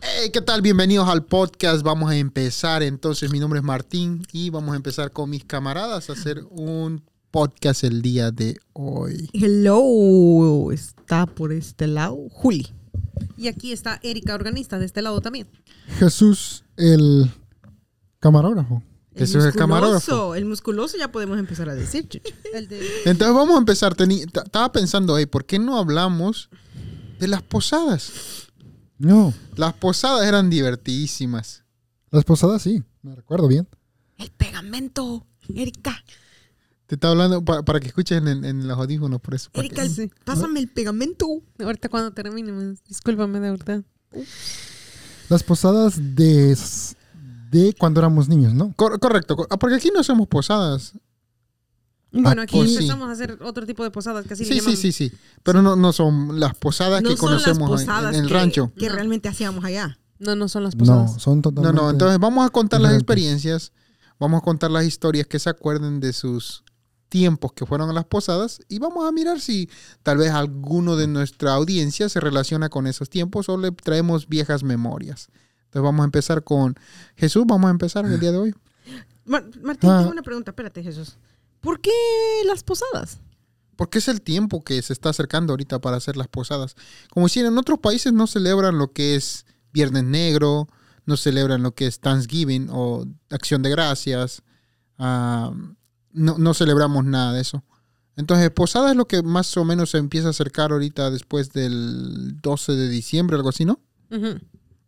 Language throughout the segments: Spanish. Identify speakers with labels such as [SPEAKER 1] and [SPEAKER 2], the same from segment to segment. [SPEAKER 1] Hey, ¿qué tal? Bienvenidos al podcast. Vamos a empezar entonces. Mi nombre es Martín y vamos a empezar con mis camaradas a hacer un podcast el día de hoy.
[SPEAKER 2] Hello, está por este lado Juli.
[SPEAKER 3] Y aquí está Erika, organista, de este lado también.
[SPEAKER 4] Jesús el camarógrafo.
[SPEAKER 1] Jesús es el camarógrafo.
[SPEAKER 2] El musculoso ya podemos empezar a decir. chucho.
[SPEAKER 3] El de...
[SPEAKER 1] Entonces vamos a empezar. Teni- t- Estaba pensando, hey, ¿por qué no hablamos de las posadas?
[SPEAKER 4] No,
[SPEAKER 1] Las posadas eran divertidísimas.
[SPEAKER 4] las posadas sí, me recuerdo bien.
[SPEAKER 2] El pegamento, Erika.
[SPEAKER 1] Te estaba hablando pa- para que escuchen en, en los audífonos por eso. para que-
[SPEAKER 2] Erika, el- pásame el pegamento.
[SPEAKER 3] Ahorita cuando terminemos, discúlpame de verdad.
[SPEAKER 4] Las posadas de, de cuando éramos niños, ¿no?
[SPEAKER 1] Cor- correcto, cor- ah, porque aquí no hacemos posadas.
[SPEAKER 3] Bueno, aquí
[SPEAKER 1] pues sí.
[SPEAKER 3] empezamos a hacer otro tipo de posadas, casi
[SPEAKER 1] sí, sí, sí, sí. Pero no, no son las posadas
[SPEAKER 2] No
[SPEAKER 1] que
[SPEAKER 2] son las
[SPEAKER 1] conocemos en-
[SPEAKER 2] posadas
[SPEAKER 1] en, el
[SPEAKER 2] que-
[SPEAKER 1] rancho.
[SPEAKER 2] Que
[SPEAKER 3] No.
[SPEAKER 2] realmente hacíamos allá.
[SPEAKER 3] No, no son las
[SPEAKER 4] No,
[SPEAKER 3] posadas.
[SPEAKER 4] son
[SPEAKER 1] No,
[SPEAKER 4] totalmente...
[SPEAKER 1] no, entonces vamos a contar las
[SPEAKER 4] diferentes.
[SPEAKER 1] experiencias, vamos a contar las historias que se acuerden de sus tiempos que fueron a las posadas y vamos a mirar si tal vez alguno de nuestra audiencia se relaciona con esos tiempos o le traemos viejas memorias. Entonces vamos a empezar con Jesús, vamos a empezar el día de hoy.
[SPEAKER 3] Mar- Martín,
[SPEAKER 4] Ah.
[SPEAKER 3] tengo una pregunta, espérate, Jesús. ¿Por qué las posadas?
[SPEAKER 1] Porque es el tiempo que se está acercando ahorita para hacer las posadas. Como si en otros países no celebran lo que es Viernes Negro, no celebran lo que es Thanksgiving o Acción de Gracias. ah, no, no celebramos nada de eso. Entonces, posada es lo que más o menos se empieza a acercar ahorita después del 12 de diciembre, algo así, ¿no?
[SPEAKER 3] Ujú.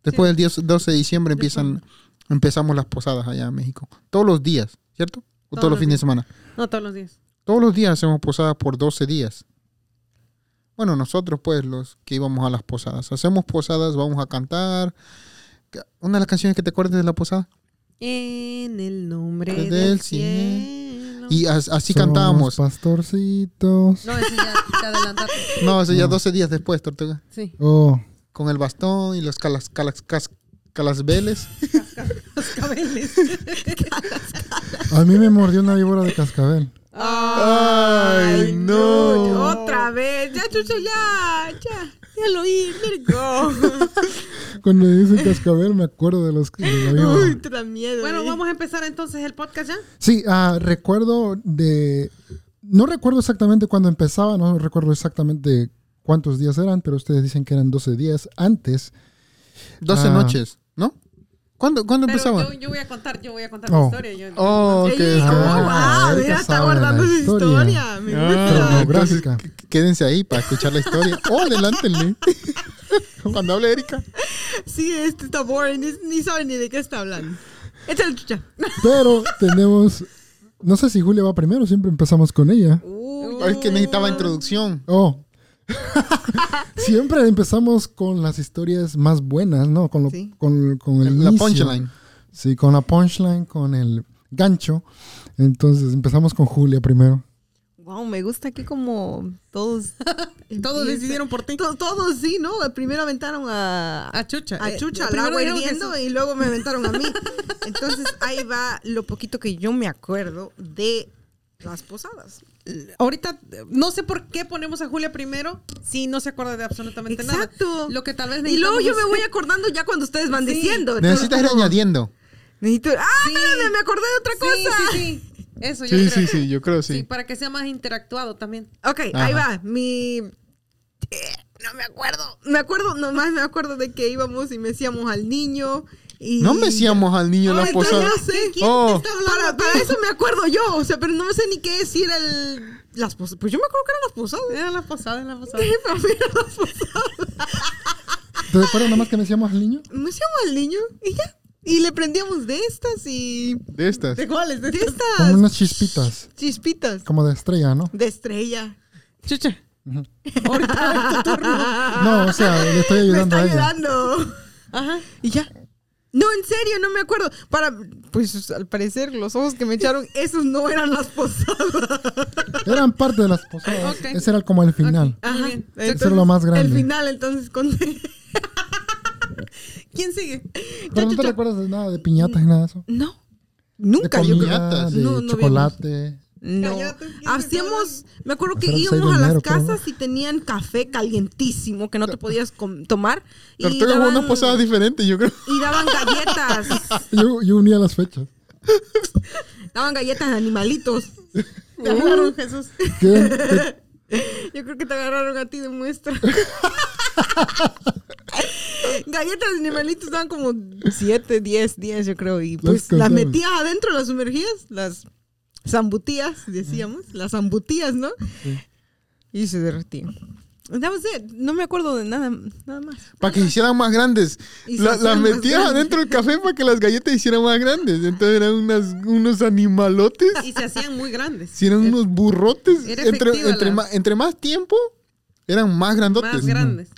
[SPEAKER 1] Después del 10 12 de diciembre empiezan, empezamos las posadas allá en México. Todos los días, ¿cierto? O todos, los
[SPEAKER 3] Todos los
[SPEAKER 1] fines de
[SPEAKER 3] días.
[SPEAKER 1] semana.
[SPEAKER 3] No, todos los días.
[SPEAKER 1] Todos los días hacemos posadas por 12 días. Bueno, nosotros pues los que íbamos a las posadas. Hacemos posadas, vamos a cantar. Ca- Una de las canciones que te acuerdas de la posada.
[SPEAKER 3] En el nombre
[SPEAKER 1] Del
[SPEAKER 3] del,
[SPEAKER 1] cielo.
[SPEAKER 3] cielo.
[SPEAKER 1] Y as- así
[SPEAKER 4] Somos
[SPEAKER 1] cantábamos.
[SPEAKER 4] pastorcitos.
[SPEAKER 3] No, eso ya te adelantaste.
[SPEAKER 1] No, hace ya 12 días después, Tortuga.
[SPEAKER 3] Sí.
[SPEAKER 4] Oh,
[SPEAKER 1] Con el bastón y los calas, calas, cas- calasbeles.
[SPEAKER 3] Los cabeles.
[SPEAKER 4] a mí me mordió una víbora de cascabel.
[SPEAKER 1] ¡Ay, no!
[SPEAKER 3] Otra vez. Ya, Chucho, ya. Ya. Ya lo oí, Virgo.
[SPEAKER 4] Cuando dicen cascabel me acuerdo de, los, de la víbora.
[SPEAKER 2] Uy, te da miedo.
[SPEAKER 3] bueno,
[SPEAKER 2] eh.
[SPEAKER 3] vamos a empezar entonces el podcast ya.
[SPEAKER 4] Sí, ah, recuerdo de... No recuerdo exactamente cuándo empezaba, no recuerdo exactamente cuántos días eran, pero ustedes dicen que eran 12 días antes.
[SPEAKER 1] 12
[SPEAKER 4] Ah.
[SPEAKER 1] noches, ¿no? ¿Cuándo, ¿cuándo
[SPEAKER 3] Pero
[SPEAKER 1] empezaba?
[SPEAKER 3] yo, yo voy a contar, yo voy a contar
[SPEAKER 4] Oh.
[SPEAKER 3] mi historia. yo-
[SPEAKER 1] Oh, ok.
[SPEAKER 2] Ey,
[SPEAKER 1] ok.
[SPEAKER 2] ¿cómo
[SPEAKER 4] Ah,
[SPEAKER 2] va?
[SPEAKER 4] Erika
[SPEAKER 2] Mira, está
[SPEAKER 4] sabe
[SPEAKER 2] guardando
[SPEAKER 4] la
[SPEAKER 2] su
[SPEAKER 4] historia.
[SPEAKER 2] historia. Me gusta.
[SPEAKER 1] Ah, entonces,
[SPEAKER 4] Cronográfica.
[SPEAKER 1] qu- qu- quédense ahí para escuchar la historia. Oh, adelántenle. Cuando hable Erika.
[SPEAKER 2] Sí, este está boring. es- Ni sabe ni de qué está hablando. Échale chucha.
[SPEAKER 4] Pero tenemos. No sé si Julia va primero, siempre empezamos con ella.
[SPEAKER 3] Uy,
[SPEAKER 1] Es que
[SPEAKER 3] Uh.
[SPEAKER 1] necesitaba introducción.
[SPEAKER 4] Oh. siempre empezamos con las historias más buenas, ¿no? Con, lo-
[SPEAKER 2] Sí.
[SPEAKER 4] con, con el
[SPEAKER 1] La
[SPEAKER 4] inicio.
[SPEAKER 1] punchline.
[SPEAKER 4] Sí, con la punchline, con el gancho. Entonces empezamos con Julia primero.
[SPEAKER 2] Wow, me gusta que como todos...
[SPEAKER 3] Todos decidieron por ti.
[SPEAKER 2] To- todos sí, ¿no? Primero aventaron a...
[SPEAKER 3] A Chucha. eh,
[SPEAKER 2] a Chucha, al
[SPEAKER 3] Primero
[SPEAKER 2] agua
[SPEAKER 3] dijeron que
[SPEAKER 2] hirviendo
[SPEAKER 3] sí.
[SPEAKER 2] y luego me aventaron a mí. Entonces ahí va lo poquito que yo me acuerdo de las posadas.
[SPEAKER 3] Ahorita eh, no sé por qué ponemos a Julia primero si no se acuerda de absolutamente
[SPEAKER 2] Exacto.
[SPEAKER 3] nada. Lo que tal vez
[SPEAKER 2] Y luego yo me
[SPEAKER 3] necesitamos
[SPEAKER 2] voy acordando ya cuando ustedes van
[SPEAKER 3] Sí.
[SPEAKER 2] diciendo.
[SPEAKER 1] Necesitas ir añadiendo.
[SPEAKER 2] Necesito... ¡Ah,
[SPEAKER 3] Sí.
[SPEAKER 2] espérame, me acordé de otra
[SPEAKER 3] es-
[SPEAKER 2] cosa!
[SPEAKER 3] Sí, sí, sí. Eso yo creo.
[SPEAKER 1] yo creo
[SPEAKER 3] Sí, para que sea más interactuado también.
[SPEAKER 2] Ok, ahí
[SPEAKER 1] Ajá.
[SPEAKER 2] va. Mi. Eh, no me acuerdo. Me acuerdo, nomás me acuerdo de que íbamos y mecíamos al niño. Y...
[SPEAKER 1] No mecíamos al niño en
[SPEAKER 2] Ay,
[SPEAKER 1] las
[SPEAKER 2] entonces
[SPEAKER 1] posadas.
[SPEAKER 2] No sé.
[SPEAKER 3] ¿Quién
[SPEAKER 1] Oh.
[SPEAKER 3] te está
[SPEAKER 2] Para,
[SPEAKER 3] hablando?
[SPEAKER 2] para eso me acuerdo yo. O sea, pero no sé ni qué decir el. Las posadas. Pues yo me acuerdo que eran las posadas.
[SPEAKER 3] Era Eh, la posada, era la posada.
[SPEAKER 2] Para mí eran las posadas.
[SPEAKER 4] ¿Te acuerdas nada más que me decíamos al niño?
[SPEAKER 2] Mecíamos al niño y ya. Y le prendíamos de estas y.
[SPEAKER 1] De estas.
[SPEAKER 3] ¿De cuáles?
[SPEAKER 2] De
[SPEAKER 3] De-
[SPEAKER 4] Como
[SPEAKER 2] estas
[SPEAKER 4] unas chispitas,
[SPEAKER 2] chispitas.
[SPEAKER 4] como de estrella, ¿no?
[SPEAKER 2] De estrella.
[SPEAKER 3] Chucha. Ahorita va tu turno.
[SPEAKER 4] No, o sea, le estoy
[SPEAKER 2] Me
[SPEAKER 4] ayudando
[SPEAKER 2] está
[SPEAKER 4] a ella.
[SPEAKER 2] ayudando.
[SPEAKER 3] Ajá.
[SPEAKER 2] Y ya. No, en serio, no me acuerdo. Para, pues al parecer los ojos que me echaron, esos no eran las posadas.
[SPEAKER 4] Eran parte de las posadas.
[SPEAKER 3] Ok.
[SPEAKER 4] Ese era como el final.
[SPEAKER 3] Ajá. Muy bien.
[SPEAKER 4] Eso es lo más grande.
[SPEAKER 2] El final, entonces, conté.
[SPEAKER 3] ¿Quién sigue?
[SPEAKER 4] Pero no te recuerdas de nada, de piñatas y nada de eso.
[SPEAKER 2] No,
[SPEAKER 4] De
[SPEAKER 2] nunca yo creo.
[SPEAKER 4] comida,
[SPEAKER 1] creo.
[SPEAKER 4] de
[SPEAKER 2] No, no
[SPEAKER 4] chocolate.
[SPEAKER 2] No.
[SPEAKER 3] Cállate, ¿quién te
[SPEAKER 2] Hacíamos, me acuerdo que
[SPEAKER 4] Fueron seis de
[SPEAKER 2] íbamos a las
[SPEAKER 4] enero, creo, ¿no?
[SPEAKER 2] casas y tenían café calientísimo que no te podías com- tomar. Y
[SPEAKER 1] Tortuga fue unas
[SPEAKER 2] daban,
[SPEAKER 1] posadas diferentes, yo creo.
[SPEAKER 2] y daban galletas.
[SPEAKER 4] Yo, yo unía las fechas.
[SPEAKER 2] daban galletas de animalitos. Uh.
[SPEAKER 3] Te agarraron, Jesús.
[SPEAKER 4] ¿Qué?
[SPEAKER 2] Yo creo que te agarraron a ti de muestra. Galletas de animalitos estaban como 7, 10, 10, yo creo. Y pues las
[SPEAKER 4] contaban.
[SPEAKER 2] metías adentro, las sumergías, las zambutías, decíamos, las zambutías, ¿no? Y se derretían. And that was it. No me acuerdo de nada, nada más.
[SPEAKER 1] Para que se hicieran más grandes.
[SPEAKER 2] Y se
[SPEAKER 1] La- las
[SPEAKER 2] hacían más
[SPEAKER 1] metías
[SPEAKER 2] grandes.
[SPEAKER 1] adentro del café para que las galletas se hicieran más grandes. Entonces eran unas, unos animalotes.
[SPEAKER 3] Y se hacían muy grandes.
[SPEAKER 1] Si eran unos burrotes.
[SPEAKER 3] Era
[SPEAKER 1] Entre,
[SPEAKER 3] efectiva
[SPEAKER 1] entre,
[SPEAKER 3] la-
[SPEAKER 1] ma- entre más tiempo, eran más grandotes.
[SPEAKER 3] Más grandes.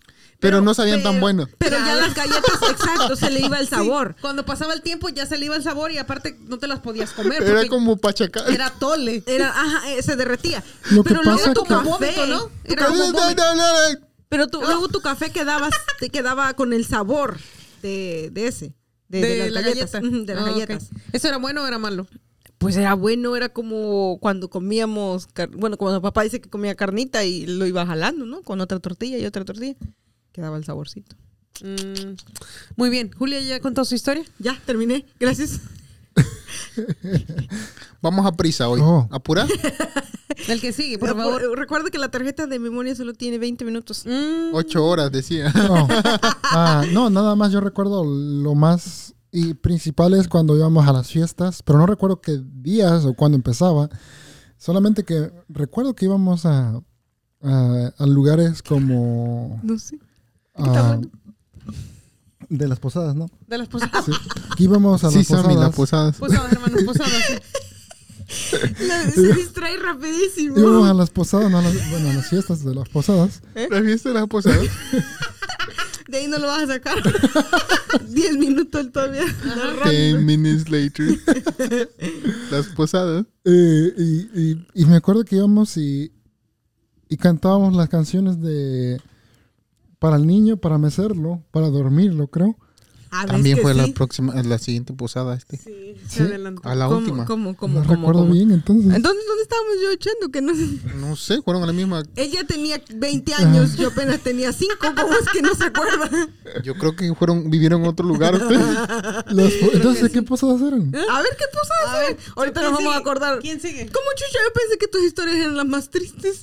[SPEAKER 1] Pero, no sabían tan
[SPEAKER 3] pero-
[SPEAKER 1] buenos.
[SPEAKER 2] Pero ya las galletas, exacto, se le iba el sabor.
[SPEAKER 3] Sí, cuando pasaba el tiempo ya se le iba el sabor y aparte no te las podías comer.
[SPEAKER 1] Era
[SPEAKER 3] porque
[SPEAKER 1] como pachacar.
[SPEAKER 3] Era tole.
[SPEAKER 2] Era, ajá, eh, se derretía.
[SPEAKER 4] Lo que
[SPEAKER 2] pero luego
[SPEAKER 4] pasa
[SPEAKER 2] tu
[SPEAKER 4] es que-
[SPEAKER 2] café,
[SPEAKER 3] Vómito, ¿no?
[SPEAKER 2] Era como vómito. Pero tu- luego tu café quedaba, te quedaba con el sabor de, de ese. De,
[SPEAKER 3] De,
[SPEAKER 2] de
[SPEAKER 3] la
[SPEAKER 2] las galletas.
[SPEAKER 3] galleta.
[SPEAKER 2] Ujú, de las
[SPEAKER 3] Ah, ok.
[SPEAKER 2] galletas.
[SPEAKER 3] ¿Eso era bueno o era malo?
[SPEAKER 2] Pues era bueno, era como cuando comíamos, car- bueno, cuando papá dice que comía carnita y lo iba jalando, ¿no? Con otra tortilla y otra tortilla. Quedaba el saborcito.
[SPEAKER 3] Mm, Muy bien. Julia ya contó su historia.
[SPEAKER 2] Ya, terminé. Gracias.
[SPEAKER 1] Vamos a prisa hoy.
[SPEAKER 4] Oh.
[SPEAKER 1] Apura.
[SPEAKER 3] El que sigue, por favor.
[SPEAKER 2] Eh, Recuerda que la tarjeta de memoria solo tiene 20 minutos.
[SPEAKER 3] Mm,
[SPEAKER 1] Ocho horas, decía.
[SPEAKER 4] No. Ah, no, nada más yo recuerdo lo más y principal es cuando íbamos a las fiestas, pero no recuerdo qué días o cuándo empezaba. Solamente que recuerdo que íbamos a, a- a lugares como
[SPEAKER 2] No sé.
[SPEAKER 4] ah, de las posadas, ¿no?
[SPEAKER 3] de las posadas.
[SPEAKER 4] Sí. Que íbamos a
[SPEAKER 1] Sí,
[SPEAKER 4] las
[SPEAKER 1] Sammy,
[SPEAKER 4] posadas.
[SPEAKER 1] las posadas.
[SPEAKER 3] Posadas, hermanos, posadas.
[SPEAKER 2] La- se distrae rapidísimo.
[SPEAKER 4] íbamos a las posadas, no a las- bueno, a las fiestas de las posadas.
[SPEAKER 1] ¿Las fiestas de las posadas?
[SPEAKER 2] De ahí no lo vas a sacar. 10 minutos todavía.
[SPEAKER 1] Ten minutes later. las posadas.
[SPEAKER 4] Eh, y, y- y me acuerdo que íbamos y, y cantábamos las canciones de para el niño, para mecerlo, para dormirlo, creo.
[SPEAKER 3] Ah,
[SPEAKER 2] A ver,
[SPEAKER 1] También
[SPEAKER 2] es Ah, que
[SPEAKER 1] fue la
[SPEAKER 2] sí.
[SPEAKER 1] próxima, eh, la siguiente posada este.
[SPEAKER 3] Se adelantó.
[SPEAKER 1] A la
[SPEAKER 2] ¿Cómo,
[SPEAKER 1] última.
[SPEAKER 2] ¿Cómo, cómo,
[SPEAKER 4] no
[SPEAKER 2] cómo,
[SPEAKER 4] recuerdo
[SPEAKER 2] cómo?
[SPEAKER 4] bien, entonces.
[SPEAKER 2] Entonces, ¿dónde estábamos yo echando? Que no sé.
[SPEAKER 1] No sé, fueron a la misma.
[SPEAKER 2] Él ya tenía 20 años, yo apenas tenía 5. ¿Cómo es que no se acuerda?
[SPEAKER 1] Yo creo que fueron, vivieron en otro lugar ustedes.
[SPEAKER 4] Las po- entonces, ¿qué posadas eran?
[SPEAKER 2] A ver qué pasó.
[SPEAKER 3] A ver,
[SPEAKER 2] Ahorita
[SPEAKER 3] ¿quién
[SPEAKER 2] nos vamos
[SPEAKER 3] sigue?
[SPEAKER 2] a acordar.
[SPEAKER 3] ¿Quién sigue?
[SPEAKER 2] ¿Cómo chucha? Yo pensé que tus historias eran las más tristes.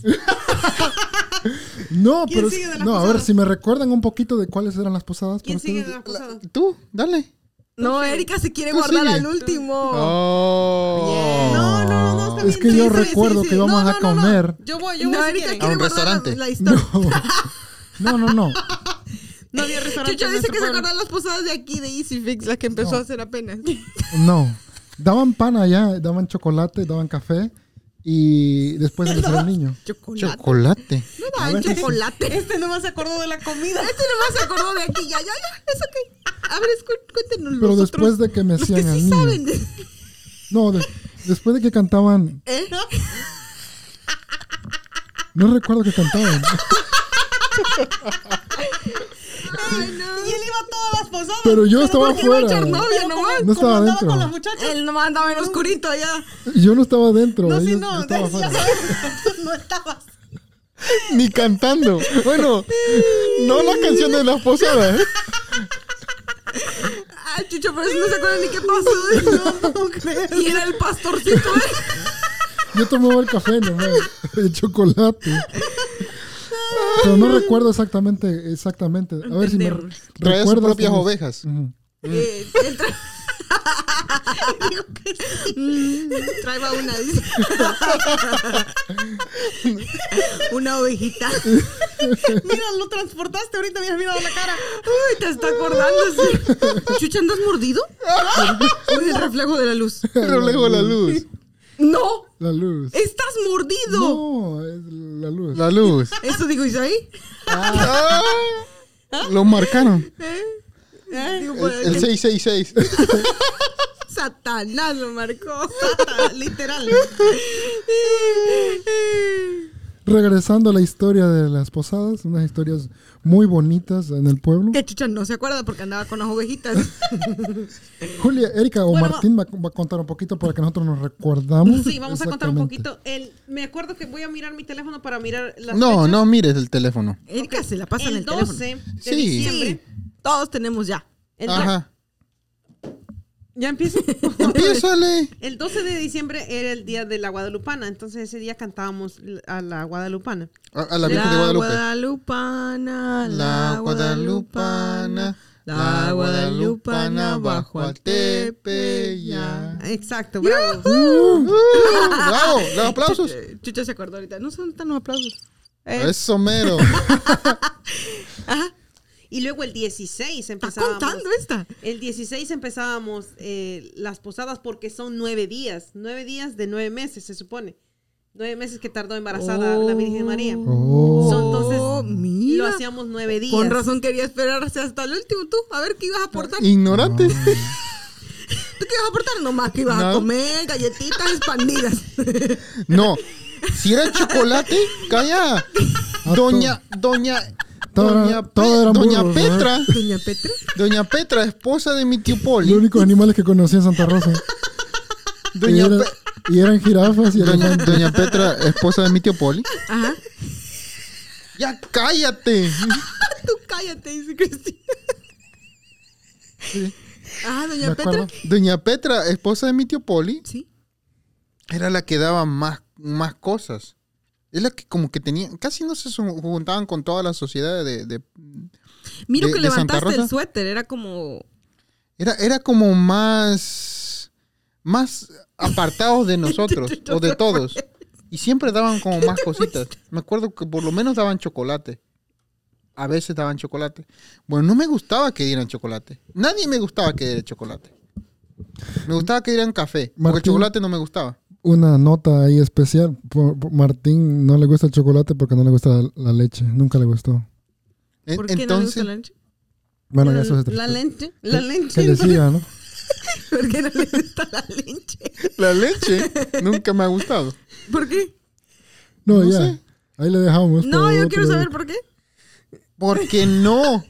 [SPEAKER 4] No,
[SPEAKER 3] ¿Quién
[SPEAKER 4] pero.
[SPEAKER 3] sigue de las
[SPEAKER 4] No, a ver,
[SPEAKER 3] posadas?
[SPEAKER 4] si me recuerdan un poquito de cuáles eran las posadas.
[SPEAKER 3] ¿Quién
[SPEAKER 4] para
[SPEAKER 3] sigue de
[SPEAKER 4] ustedes.
[SPEAKER 3] las posadas?
[SPEAKER 1] Tú, dale.
[SPEAKER 2] No, Erika se quiere
[SPEAKER 1] Tú
[SPEAKER 2] guardar
[SPEAKER 1] sigue.
[SPEAKER 2] al último.
[SPEAKER 1] Oh.
[SPEAKER 3] No, no, no, está bien.
[SPEAKER 4] Es que yo
[SPEAKER 2] sí, sí,
[SPEAKER 4] recuerdo
[SPEAKER 2] sí.
[SPEAKER 4] que íbamos
[SPEAKER 3] No,
[SPEAKER 4] a
[SPEAKER 3] no, no, no.
[SPEAKER 4] comer.
[SPEAKER 3] Yo voy, yo
[SPEAKER 2] No,
[SPEAKER 3] voy. si
[SPEAKER 2] Erika
[SPEAKER 3] quieren.
[SPEAKER 1] A
[SPEAKER 2] quiere
[SPEAKER 1] un
[SPEAKER 2] guardar la,
[SPEAKER 1] restaurante.
[SPEAKER 2] la
[SPEAKER 4] No.
[SPEAKER 2] historia.
[SPEAKER 4] no, no, no.
[SPEAKER 3] No había restaurante.
[SPEAKER 2] Chucha
[SPEAKER 3] en
[SPEAKER 2] dice
[SPEAKER 3] nuestro
[SPEAKER 2] que se
[SPEAKER 3] pueblo.
[SPEAKER 2] acuerdan las posadas de aquí, de Easy Fix, la que empezó a hacer apenas.
[SPEAKER 4] No. Daban pan allá, daban chocolate, daban café y después de ser el niño.
[SPEAKER 2] Chocolate.
[SPEAKER 1] Chocolate.
[SPEAKER 2] No daban chocolate.
[SPEAKER 3] Este nomás se acordó de la comida.
[SPEAKER 2] Este nomás se acordó de aquí, ya, ya, ya, es ok. A ver, escu- cuéntenos
[SPEAKER 4] Pero
[SPEAKER 2] los
[SPEAKER 4] después
[SPEAKER 2] otros-
[SPEAKER 4] de que me
[SPEAKER 2] los
[SPEAKER 4] hacían al
[SPEAKER 2] sí
[SPEAKER 4] niño.
[SPEAKER 2] saben. de-
[SPEAKER 4] No, de- después de que cantaban,
[SPEAKER 2] ¿Eh?
[SPEAKER 4] no recuerdo que cantaban.
[SPEAKER 2] Ay, no.
[SPEAKER 3] Y él iba a todas las posadas.
[SPEAKER 4] Pero yo estaba
[SPEAKER 2] ¿Por qué iba a
[SPEAKER 4] afuera.
[SPEAKER 2] echar novia nomás?
[SPEAKER 4] No estaba
[SPEAKER 3] andaba
[SPEAKER 4] dentro.
[SPEAKER 3] con las muchachas.
[SPEAKER 2] Él nomás andaba en oscurito allá.
[SPEAKER 4] Yo no estaba adentro.
[SPEAKER 3] No,
[SPEAKER 4] ellos-
[SPEAKER 3] sí,
[SPEAKER 4] yo,
[SPEAKER 3] no.
[SPEAKER 4] estaba afuera.
[SPEAKER 3] No estabas.
[SPEAKER 1] Ni cantando. Bueno, no las canciones de las
[SPEAKER 4] ¿eh?
[SPEAKER 1] posadas.
[SPEAKER 2] Ay, chucho, pero eso no se acuerdan ni qué pasó. No, creo. Y era el pastorcito. ¿eh?
[SPEAKER 4] Yo tomaba el café nomás, el chocolate. Pero no recuerdo exactamente, exactamente. A ver si me re-
[SPEAKER 2] Entendemos.
[SPEAKER 1] Traía sus
[SPEAKER 4] recuerdas
[SPEAKER 1] propias
[SPEAKER 4] unos-
[SPEAKER 1] ovejas.
[SPEAKER 4] Ujú.
[SPEAKER 2] Eh, entra- Mm, Traiba una, dice. una ovejita.
[SPEAKER 3] Mira, lo transportaste ahorita, me has mirado la cara.
[SPEAKER 2] Uy, te está acordando, sí. Chucha, ¿andas mordido? Uy, el reflejo de la luz.
[SPEAKER 1] El reflejo de la luz.
[SPEAKER 2] ¡No!
[SPEAKER 4] La luz.
[SPEAKER 2] ¡Estás mordido!
[SPEAKER 4] No, es la luz.
[SPEAKER 1] La luz.
[SPEAKER 2] Eso digo Isaí.
[SPEAKER 1] Ah, Lo marcaron.
[SPEAKER 3] Eh,
[SPEAKER 2] Digo,
[SPEAKER 1] El,
[SPEAKER 2] por
[SPEAKER 1] el
[SPEAKER 2] ahí.
[SPEAKER 1] 666.
[SPEAKER 2] Satanás lo marcó.
[SPEAKER 3] Literal.
[SPEAKER 4] regresando a la historia de las posadas, unas historias muy bonitas en el pueblo.
[SPEAKER 2] Que chucha no se acuerda porque andaba con las ovejitas.
[SPEAKER 4] Julia, Erika o
[SPEAKER 3] Bueno,
[SPEAKER 4] Martín va, va a contar un poquito para que nosotros nos recordamos.
[SPEAKER 3] Sí, vamos a contar un
[SPEAKER 4] Exactamente.
[SPEAKER 3] poquito. El, me acuerdo que voy a mirar mi teléfono para mirar las
[SPEAKER 1] No,
[SPEAKER 3] fechas.
[SPEAKER 1] no mires el teléfono.
[SPEAKER 2] Erika se la pasa en
[SPEAKER 3] el
[SPEAKER 2] el
[SPEAKER 3] 12
[SPEAKER 2] teléfono.
[SPEAKER 3] de
[SPEAKER 1] Sí.
[SPEAKER 3] diciembre.
[SPEAKER 2] Todos tenemos ya.
[SPEAKER 3] el-
[SPEAKER 1] Ajá.
[SPEAKER 3] Ya empieza.
[SPEAKER 1] Empiézale.
[SPEAKER 3] El 12 de diciembre era el día de la Guadalupana, entonces ese día cantábamos l- a la Guadalupana.
[SPEAKER 1] A, a la Virgen de Guadalupe.
[SPEAKER 2] Guadalupana,
[SPEAKER 1] La Guadalupana, la Guadalupana bajo al Tepeyac.
[SPEAKER 3] Exacto, bravo.
[SPEAKER 1] Uh, ¡Bravo! ¡Los aplausos!
[SPEAKER 2] Eh, Chucha se acordó ahorita. No son tan los aplausos.
[SPEAKER 3] Eh,
[SPEAKER 1] Eso mero.
[SPEAKER 3] y luego el 16
[SPEAKER 2] ¿Estás
[SPEAKER 3] empezábamos.
[SPEAKER 2] contando esta?
[SPEAKER 3] El 16 empezábamos eh, las posadas porque son nueve días, nueve días de nueve meses se supone. Nueve meses que tardó embarazada la Virgen María.
[SPEAKER 4] Oh.
[SPEAKER 3] Son entonces,
[SPEAKER 2] mira.
[SPEAKER 3] Lo hacíamos nueve días.
[SPEAKER 2] Con razón quería esperarse hasta el último tú. A ver qué ibas a aportar.
[SPEAKER 1] Ignorante.
[SPEAKER 2] ¿Tú qué ibas a aportar? Nomás que ibas a
[SPEAKER 1] No.
[SPEAKER 2] comer galletitas expandidas.
[SPEAKER 1] No. Si era chocolate, calla. Doña, doña,
[SPEAKER 4] Ah, Todo era-
[SPEAKER 1] doña, Pe-
[SPEAKER 4] todo eran
[SPEAKER 1] doña
[SPEAKER 4] burros, ¿verdad?
[SPEAKER 1] Petra,
[SPEAKER 2] Doña Petra.
[SPEAKER 1] doña Petra, esposa de mi tío
[SPEAKER 4] Los
[SPEAKER 1] Poli.
[SPEAKER 4] únicos animales que conocí en Santa Rosa. Y,
[SPEAKER 1] Doña,
[SPEAKER 4] era-
[SPEAKER 1] Pe-
[SPEAKER 4] y eran jirafas y
[SPEAKER 1] doña,
[SPEAKER 4] elefantes.
[SPEAKER 1] doña Petra, esposa de mi tío Poli.
[SPEAKER 2] Ajá.
[SPEAKER 1] Ya cállate.
[SPEAKER 2] Tú cállate, dice Cristina.
[SPEAKER 1] Sí.
[SPEAKER 2] Ah,
[SPEAKER 4] ¿Me
[SPEAKER 2] doña Petra.
[SPEAKER 4] acuerdo?
[SPEAKER 1] Doña Petra, esposa de mi tío Poli,
[SPEAKER 2] Sí.
[SPEAKER 1] era la que daba más, más cosas. Es la que como que tenía, casi no se su- juntaban con toda la sociedad de... de-
[SPEAKER 2] Miro
[SPEAKER 1] De-
[SPEAKER 2] que
[SPEAKER 1] de Santa
[SPEAKER 2] levantaste el
[SPEAKER 1] Rosa.
[SPEAKER 2] suéter. Era como.
[SPEAKER 1] era, era como más... Más apartados de nosotros o de todos. Y siempre daban como más cositas. Me acuerdo que por lo menos daban chocolate. A veces daban chocolate. Bueno, no me gustaba que dieran chocolate. Nadie me gustaba que diera chocolate. Me gustaba que dieran café. Porque
[SPEAKER 4] Martín.
[SPEAKER 1] el chocolate no me gustaba.
[SPEAKER 4] Una nota ahí especial. Por- por- Martín no le gusta el chocolate porque no le gusta la, la leche. Nunca le gustó.
[SPEAKER 1] En-
[SPEAKER 2] ¿Por qué no le gusta
[SPEAKER 1] Entonces,
[SPEAKER 2] la leche?
[SPEAKER 4] Bueno, ya eso es
[SPEAKER 3] La
[SPEAKER 4] triste.
[SPEAKER 3] leche, la
[SPEAKER 4] Que
[SPEAKER 3] leche.
[SPEAKER 4] decía, ¿no?
[SPEAKER 2] ¿Por qué no le gusta la leche?
[SPEAKER 1] la leche nunca me ha gustado.
[SPEAKER 2] ¿Por qué?
[SPEAKER 4] No,
[SPEAKER 1] No
[SPEAKER 4] ya.
[SPEAKER 1] sé.
[SPEAKER 4] Ahí le dejamos.
[SPEAKER 2] No,
[SPEAKER 4] para
[SPEAKER 2] yo
[SPEAKER 4] otro-
[SPEAKER 2] quiero saber por qué.
[SPEAKER 1] Porque no.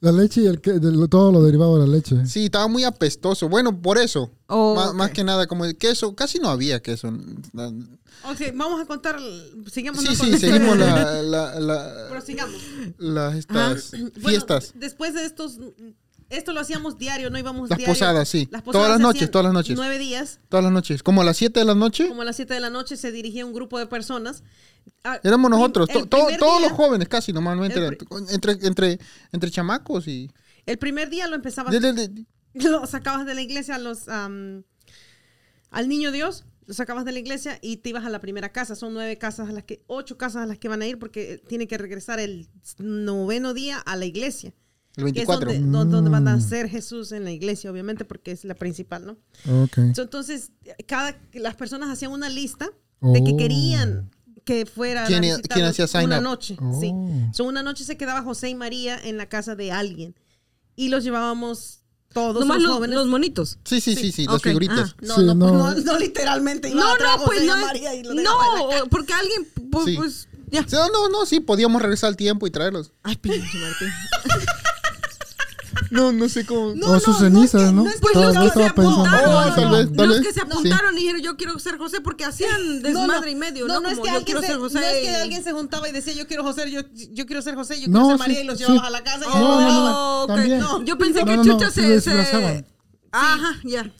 [SPEAKER 4] La leche y el que, de lo- todo lo derivado de la leche.
[SPEAKER 1] Sí, estaba muy apestoso. Bueno, por eso.
[SPEAKER 2] Oh,
[SPEAKER 1] Má-
[SPEAKER 2] ok.
[SPEAKER 1] Más que nada, como el queso. Casi no había queso.
[SPEAKER 3] Ok, vamos a contar. l- Sigamos.
[SPEAKER 1] Sí,
[SPEAKER 3] ¿no?
[SPEAKER 1] sí,
[SPEAKER 3] Con-
[SPEAKER 1] seguimos la- la- la-
[SPEAKER 3] Prosigamos.
[SPEAKER 1] las estas
[SPEAKER 3] Bueno,
[SPEAKER 1] fiestas.
[SPEAKER 3] después de estos. Esto lo hacíamos diario, no íbamos
[SPEAKER 1] Las
[SPEAKER 3] diario.
[SPEAKER 1] posadas, sí. Todas las
[SPEAKER 3] se
[SPEAKER 1] noches,
[SPEAKER 3] hacían
[SPEAKER 1] todas las noches.
[SPEAKER 3] Nueve días,
[SPEAKER 1] Todas las noches. Como a las 7 de la noche.
[SPEAKER 3] como a las siete de la noche, se dirigía un grupo de personas. Ah,
[SPEAKER 1] Éramos
[SPEAKER 3] prim-
[SPEAKER 1] nosotros.
[SPEAKER 3] el
[SPEAKER 1] to- to-
[SPEAKER 3] primer
[SPEAKER 1] todos
[SPEAKER 3] día-
[SPEAKER 1] los jóvenes casi normalmente.
[SPEAKER 3] el
[SPEAKER 1] eran- entre, entre, entre chamacos y...
[SPEAKER 3] El primer día lo empezabas.
[SPEAKER 1] de- de- de-
[SPEAKER 3] lo sacabas de la iglesia a los am, al niño Dios lo sacabas de la iglesia y te ibas a la primera casa son nueve casas a las que ocho casas a las que van a ir porque tiene que regresar el noveno día a la iglesia
[SPEAKER 1] el
[SPEAKER 3] que es
[SPEAKER 1] 24.
[SPEAKER 3] donde, don- donde van
[SPEAKER 1] Mm.
[SPEAKER 3] a ser Jesús en la iglesia obviamente porque es la principal no
[SPEAKER 4] Ok.
[SPEAKER 3] So, entonces cada las personas hacían una lista de que
[SPEAKER 4] Oh.
[SPEAKER 3] querían que fuera a
[SPEAKER 1] ¿Quién-
[SPEAKER 3] visitarlos
[SPEAKER 1] quién hacía sign
[SPEAKER 3] una
[SPEAKER 1] up?
[SPEAKER 3] noche sí
[SPEAKER 4] Oh.
[SPEAKER 3] So, una noche se quedaba José y María en la casa de alguien y los llevábamos todos
[SPEAKER 2] Nomás
[SPEAKER 3] los
[SPEAKER 2] los,
[SPEAKER 3] jóvenes
[SPEAKER 2] los monitos.
[SPEAKER 1] Sí, sí, sí, sí, las
[SPEAKER 2] Ok,
[SPEAKER 1] figuritas.
[SPEAKER 4] Sí,
[SPEAKER 3] no,
[SPEAKER 4] no.
[SPEAKER 3] no, no, no literalmente. iba
[SPEAKER 2] No,
[SPEAKER 3] a traer
[SPEAKER 2] no,
[SPEAKER 3] a
[SPEAKER 2] pues
[SPEAKER 3] José y a
[SPEAKER 2] no.
[SPEAKER 3] María y lo dejaba en la-
[SPEAKER 2] No, porque alguien. Pues,
[SPEAKER 1] Sí.
[SPEAKER 2] pues,
[SPEAKER 3] ah.
[SPEAKER 2] ya.
[SPEAKER 1] Sí, No, no, sí, podíamos regresar al tiempo y traerlos.
[SPEAKER 2] Ay, pinche Martín.
[SPEAKER 1] No, no sé cómo...
[SPEAKER 4] o sus cenizas, ¿no?
[SPEAKER 3] es que
[SPEAKER 2] Pues
[SPEAKER 4] Tal
[SPEAKER 2] los
[SPEAKER 4] vez
[SPEAKER 2] que se
[SPEAKER 4] estaba pensando.
[SPEAKER 2] apuntaron.
[SPEAKER 1] Oh, tal vez, tal
[SPEAKER 2] los
[SPEAKER 1] vez.
[SPEAKER 2] que se
[SPEAKER 1] Sí.
[SPEAKER 2] apuntaron y dijeron, yo quiero ser José porque hacían desmadre y medio. No,
[SPEAKER 3] es
[SPEAKER 2] Como,
[SPEAKER 3] que
[SPEAKER 2] yo
[SPEAKER 3] alguien
[SPEAKER 2] quiero
[SPEAKER 3] se,
[SPEAKER 2] ser José.
[SPEAKER 3] no es
[SPEAKER 2] y-
[SPEAKER 3] que alguien se juntaba y decía yo quiero José, yo, yo quiero ser José, yo quiero
[SPEAKER 4] No,
[SPEAKER 3] ser
[SPEAKER 4] sí,
[SPEAKER 3] María y los
[SPEAKER 4] sí.
[SPEAKER 3] llevabas a la casa.
[SPEAKER 4] No,
[SPEAKER 3] y
[SPEAKER 4] no, no,
[SPEAKER 2] Oh, ok.
[SPEAKER 4] también.
[SPEAKER 2] No, yo pensé
[SPEAKER 4] No,
[SPEAKER 2] que
[SPEAKER 4] no, no,
[SPEAKER 2] Chucha
[SPEAKER 4] sí
[SPEAKER 2] se,
[SPEAKER 4] lo
[SPEAKER 2] se-
[SPEAKER 4] disfrazaban.
[SPEAKER 2] Ajá, ya.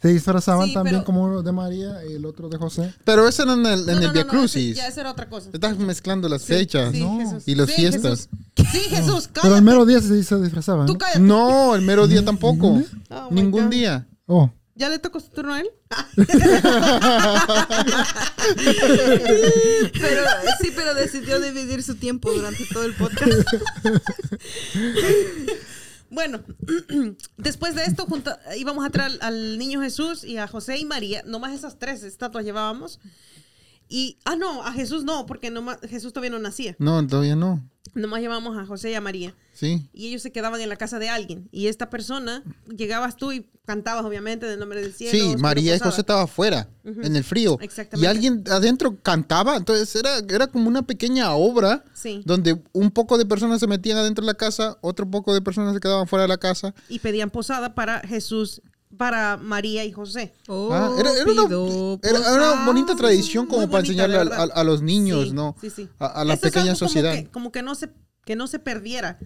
[SPEAKER 4] Se disfrazaban
[SPEAKER 3] Sí,
[SPEAKER 4] también
[SPEAKER 3] pero-
[SPEAKER 4] como uno de María y el otro de José.
[SPEAKER 1] Pero eso era en el, en
[SPEAKER 3] No,
[SPEAKER 1] el
[SPEAKER 3] no,
[SPEAKER 1] Via
[SPEAKER 3] no, no, ese-
[SPEAKER 1] Crucis.
[SPEAKER 3] ya eso era otra cosa.
[SPEAKER 1] Estás mezclando las fechas
[SPEAKER 3] sí,
[SPEAKER 4] No.
[SPEAKER 3] Jesús.
[SPEAKER 1] y las
[SPEAKER 3] Sí,
[SPEAKER 1] fiestas.
[SPEAKER 3] Jesús. Sí, Jesús, cállate.
[SPEAKER 4] Pero el mero día sí se disfrazaban.
[SPEAKER 3] Tú
[SPEAKER 4] ¿no?
[SPEAKER 3] cállate.
[SPEAKER 1] No, el mero día tampoco.
[SPEAKER 3] Oh, my
[SPEAKER 1] Ningún
[SPEAKER 3] God.
[SPEAKER 1] día.
[SPEAKER 4] Oh.
[SPEAKER 3] ¿Ya le tocó su turno a él?
[SPEAKER 2] Pero sí, pero decidió dividir su tiempo durante todo el podcast.
[SPEAKER 3] Bueno, después de esto junta- íbamos a traer al, al niño Jesús y a José y María, nomás esas tres estatuas llevábamos. Y, ah, no, a Jesús no, porque nomás, Jesús todavía no nacía.
[SPEAKER 1] No, todavía no.
[SPEAKER 3] Nomás llevamos a José y a María.
[SPEAKER 1] Sí.
[SPEAKER 3] Y ellos se quedaban en la casa de alguien. Y esta persona, llegabas tú y cantabas, obviamente, del nombre del cielo.
[SPEAKER 1] Sí,
[SPEAKER 3] Espero
[SPEAKER 1] María y
[SPEAKER 3] Posada.
[SPEAKER 1] José estaban afuera, en el frío.
[SPEAKER 3] Exactamente.
[SPEAKER 1] Y alguien adentro cantaba, entonces era, era como una pequeña obra
[SPEAKER 3] Sí.
[SPEAKER 1] donde un poco de personas se metían adentro de la casa, otro poco de personas se quedaban fuera de la casa.
[SPEAKER 3] Y pedían posada para Jesús, para María y José.
[SPEAKER 2] Oh,
[SPEAKER 1] Ah, era, era una,
[SPEAKER 2] pido
[SPEAKER 1] era- era una
[SPEAKER 2] posada.
[SPEAKER 1] bonita tradición como
[SPEAKER 3] pues, ah, Muy
[SPEAKER 1] para
[SPEAKER 3] bonita,
[SPEAKER 1] enseñarle
[SPEAKER 3] la
[SPEAKER 1] a,
[SPEAKER 3] verdad.
[SPEAKER 1] a- a los niños,
[SPEAKER 3] Sí,
[SPEAKER 1] ¿no?
[SPEAKER 3] Sí, sí.
[SPEAKER 1] A, a la
[SPEAKER 3] Eso es
[SPEAKER 1] pequeña
[SPEAKER 3] algo como
[SPEAKER 1] sociedad.
[SPEAKER 3] que- Como que, no se que no se perdiera.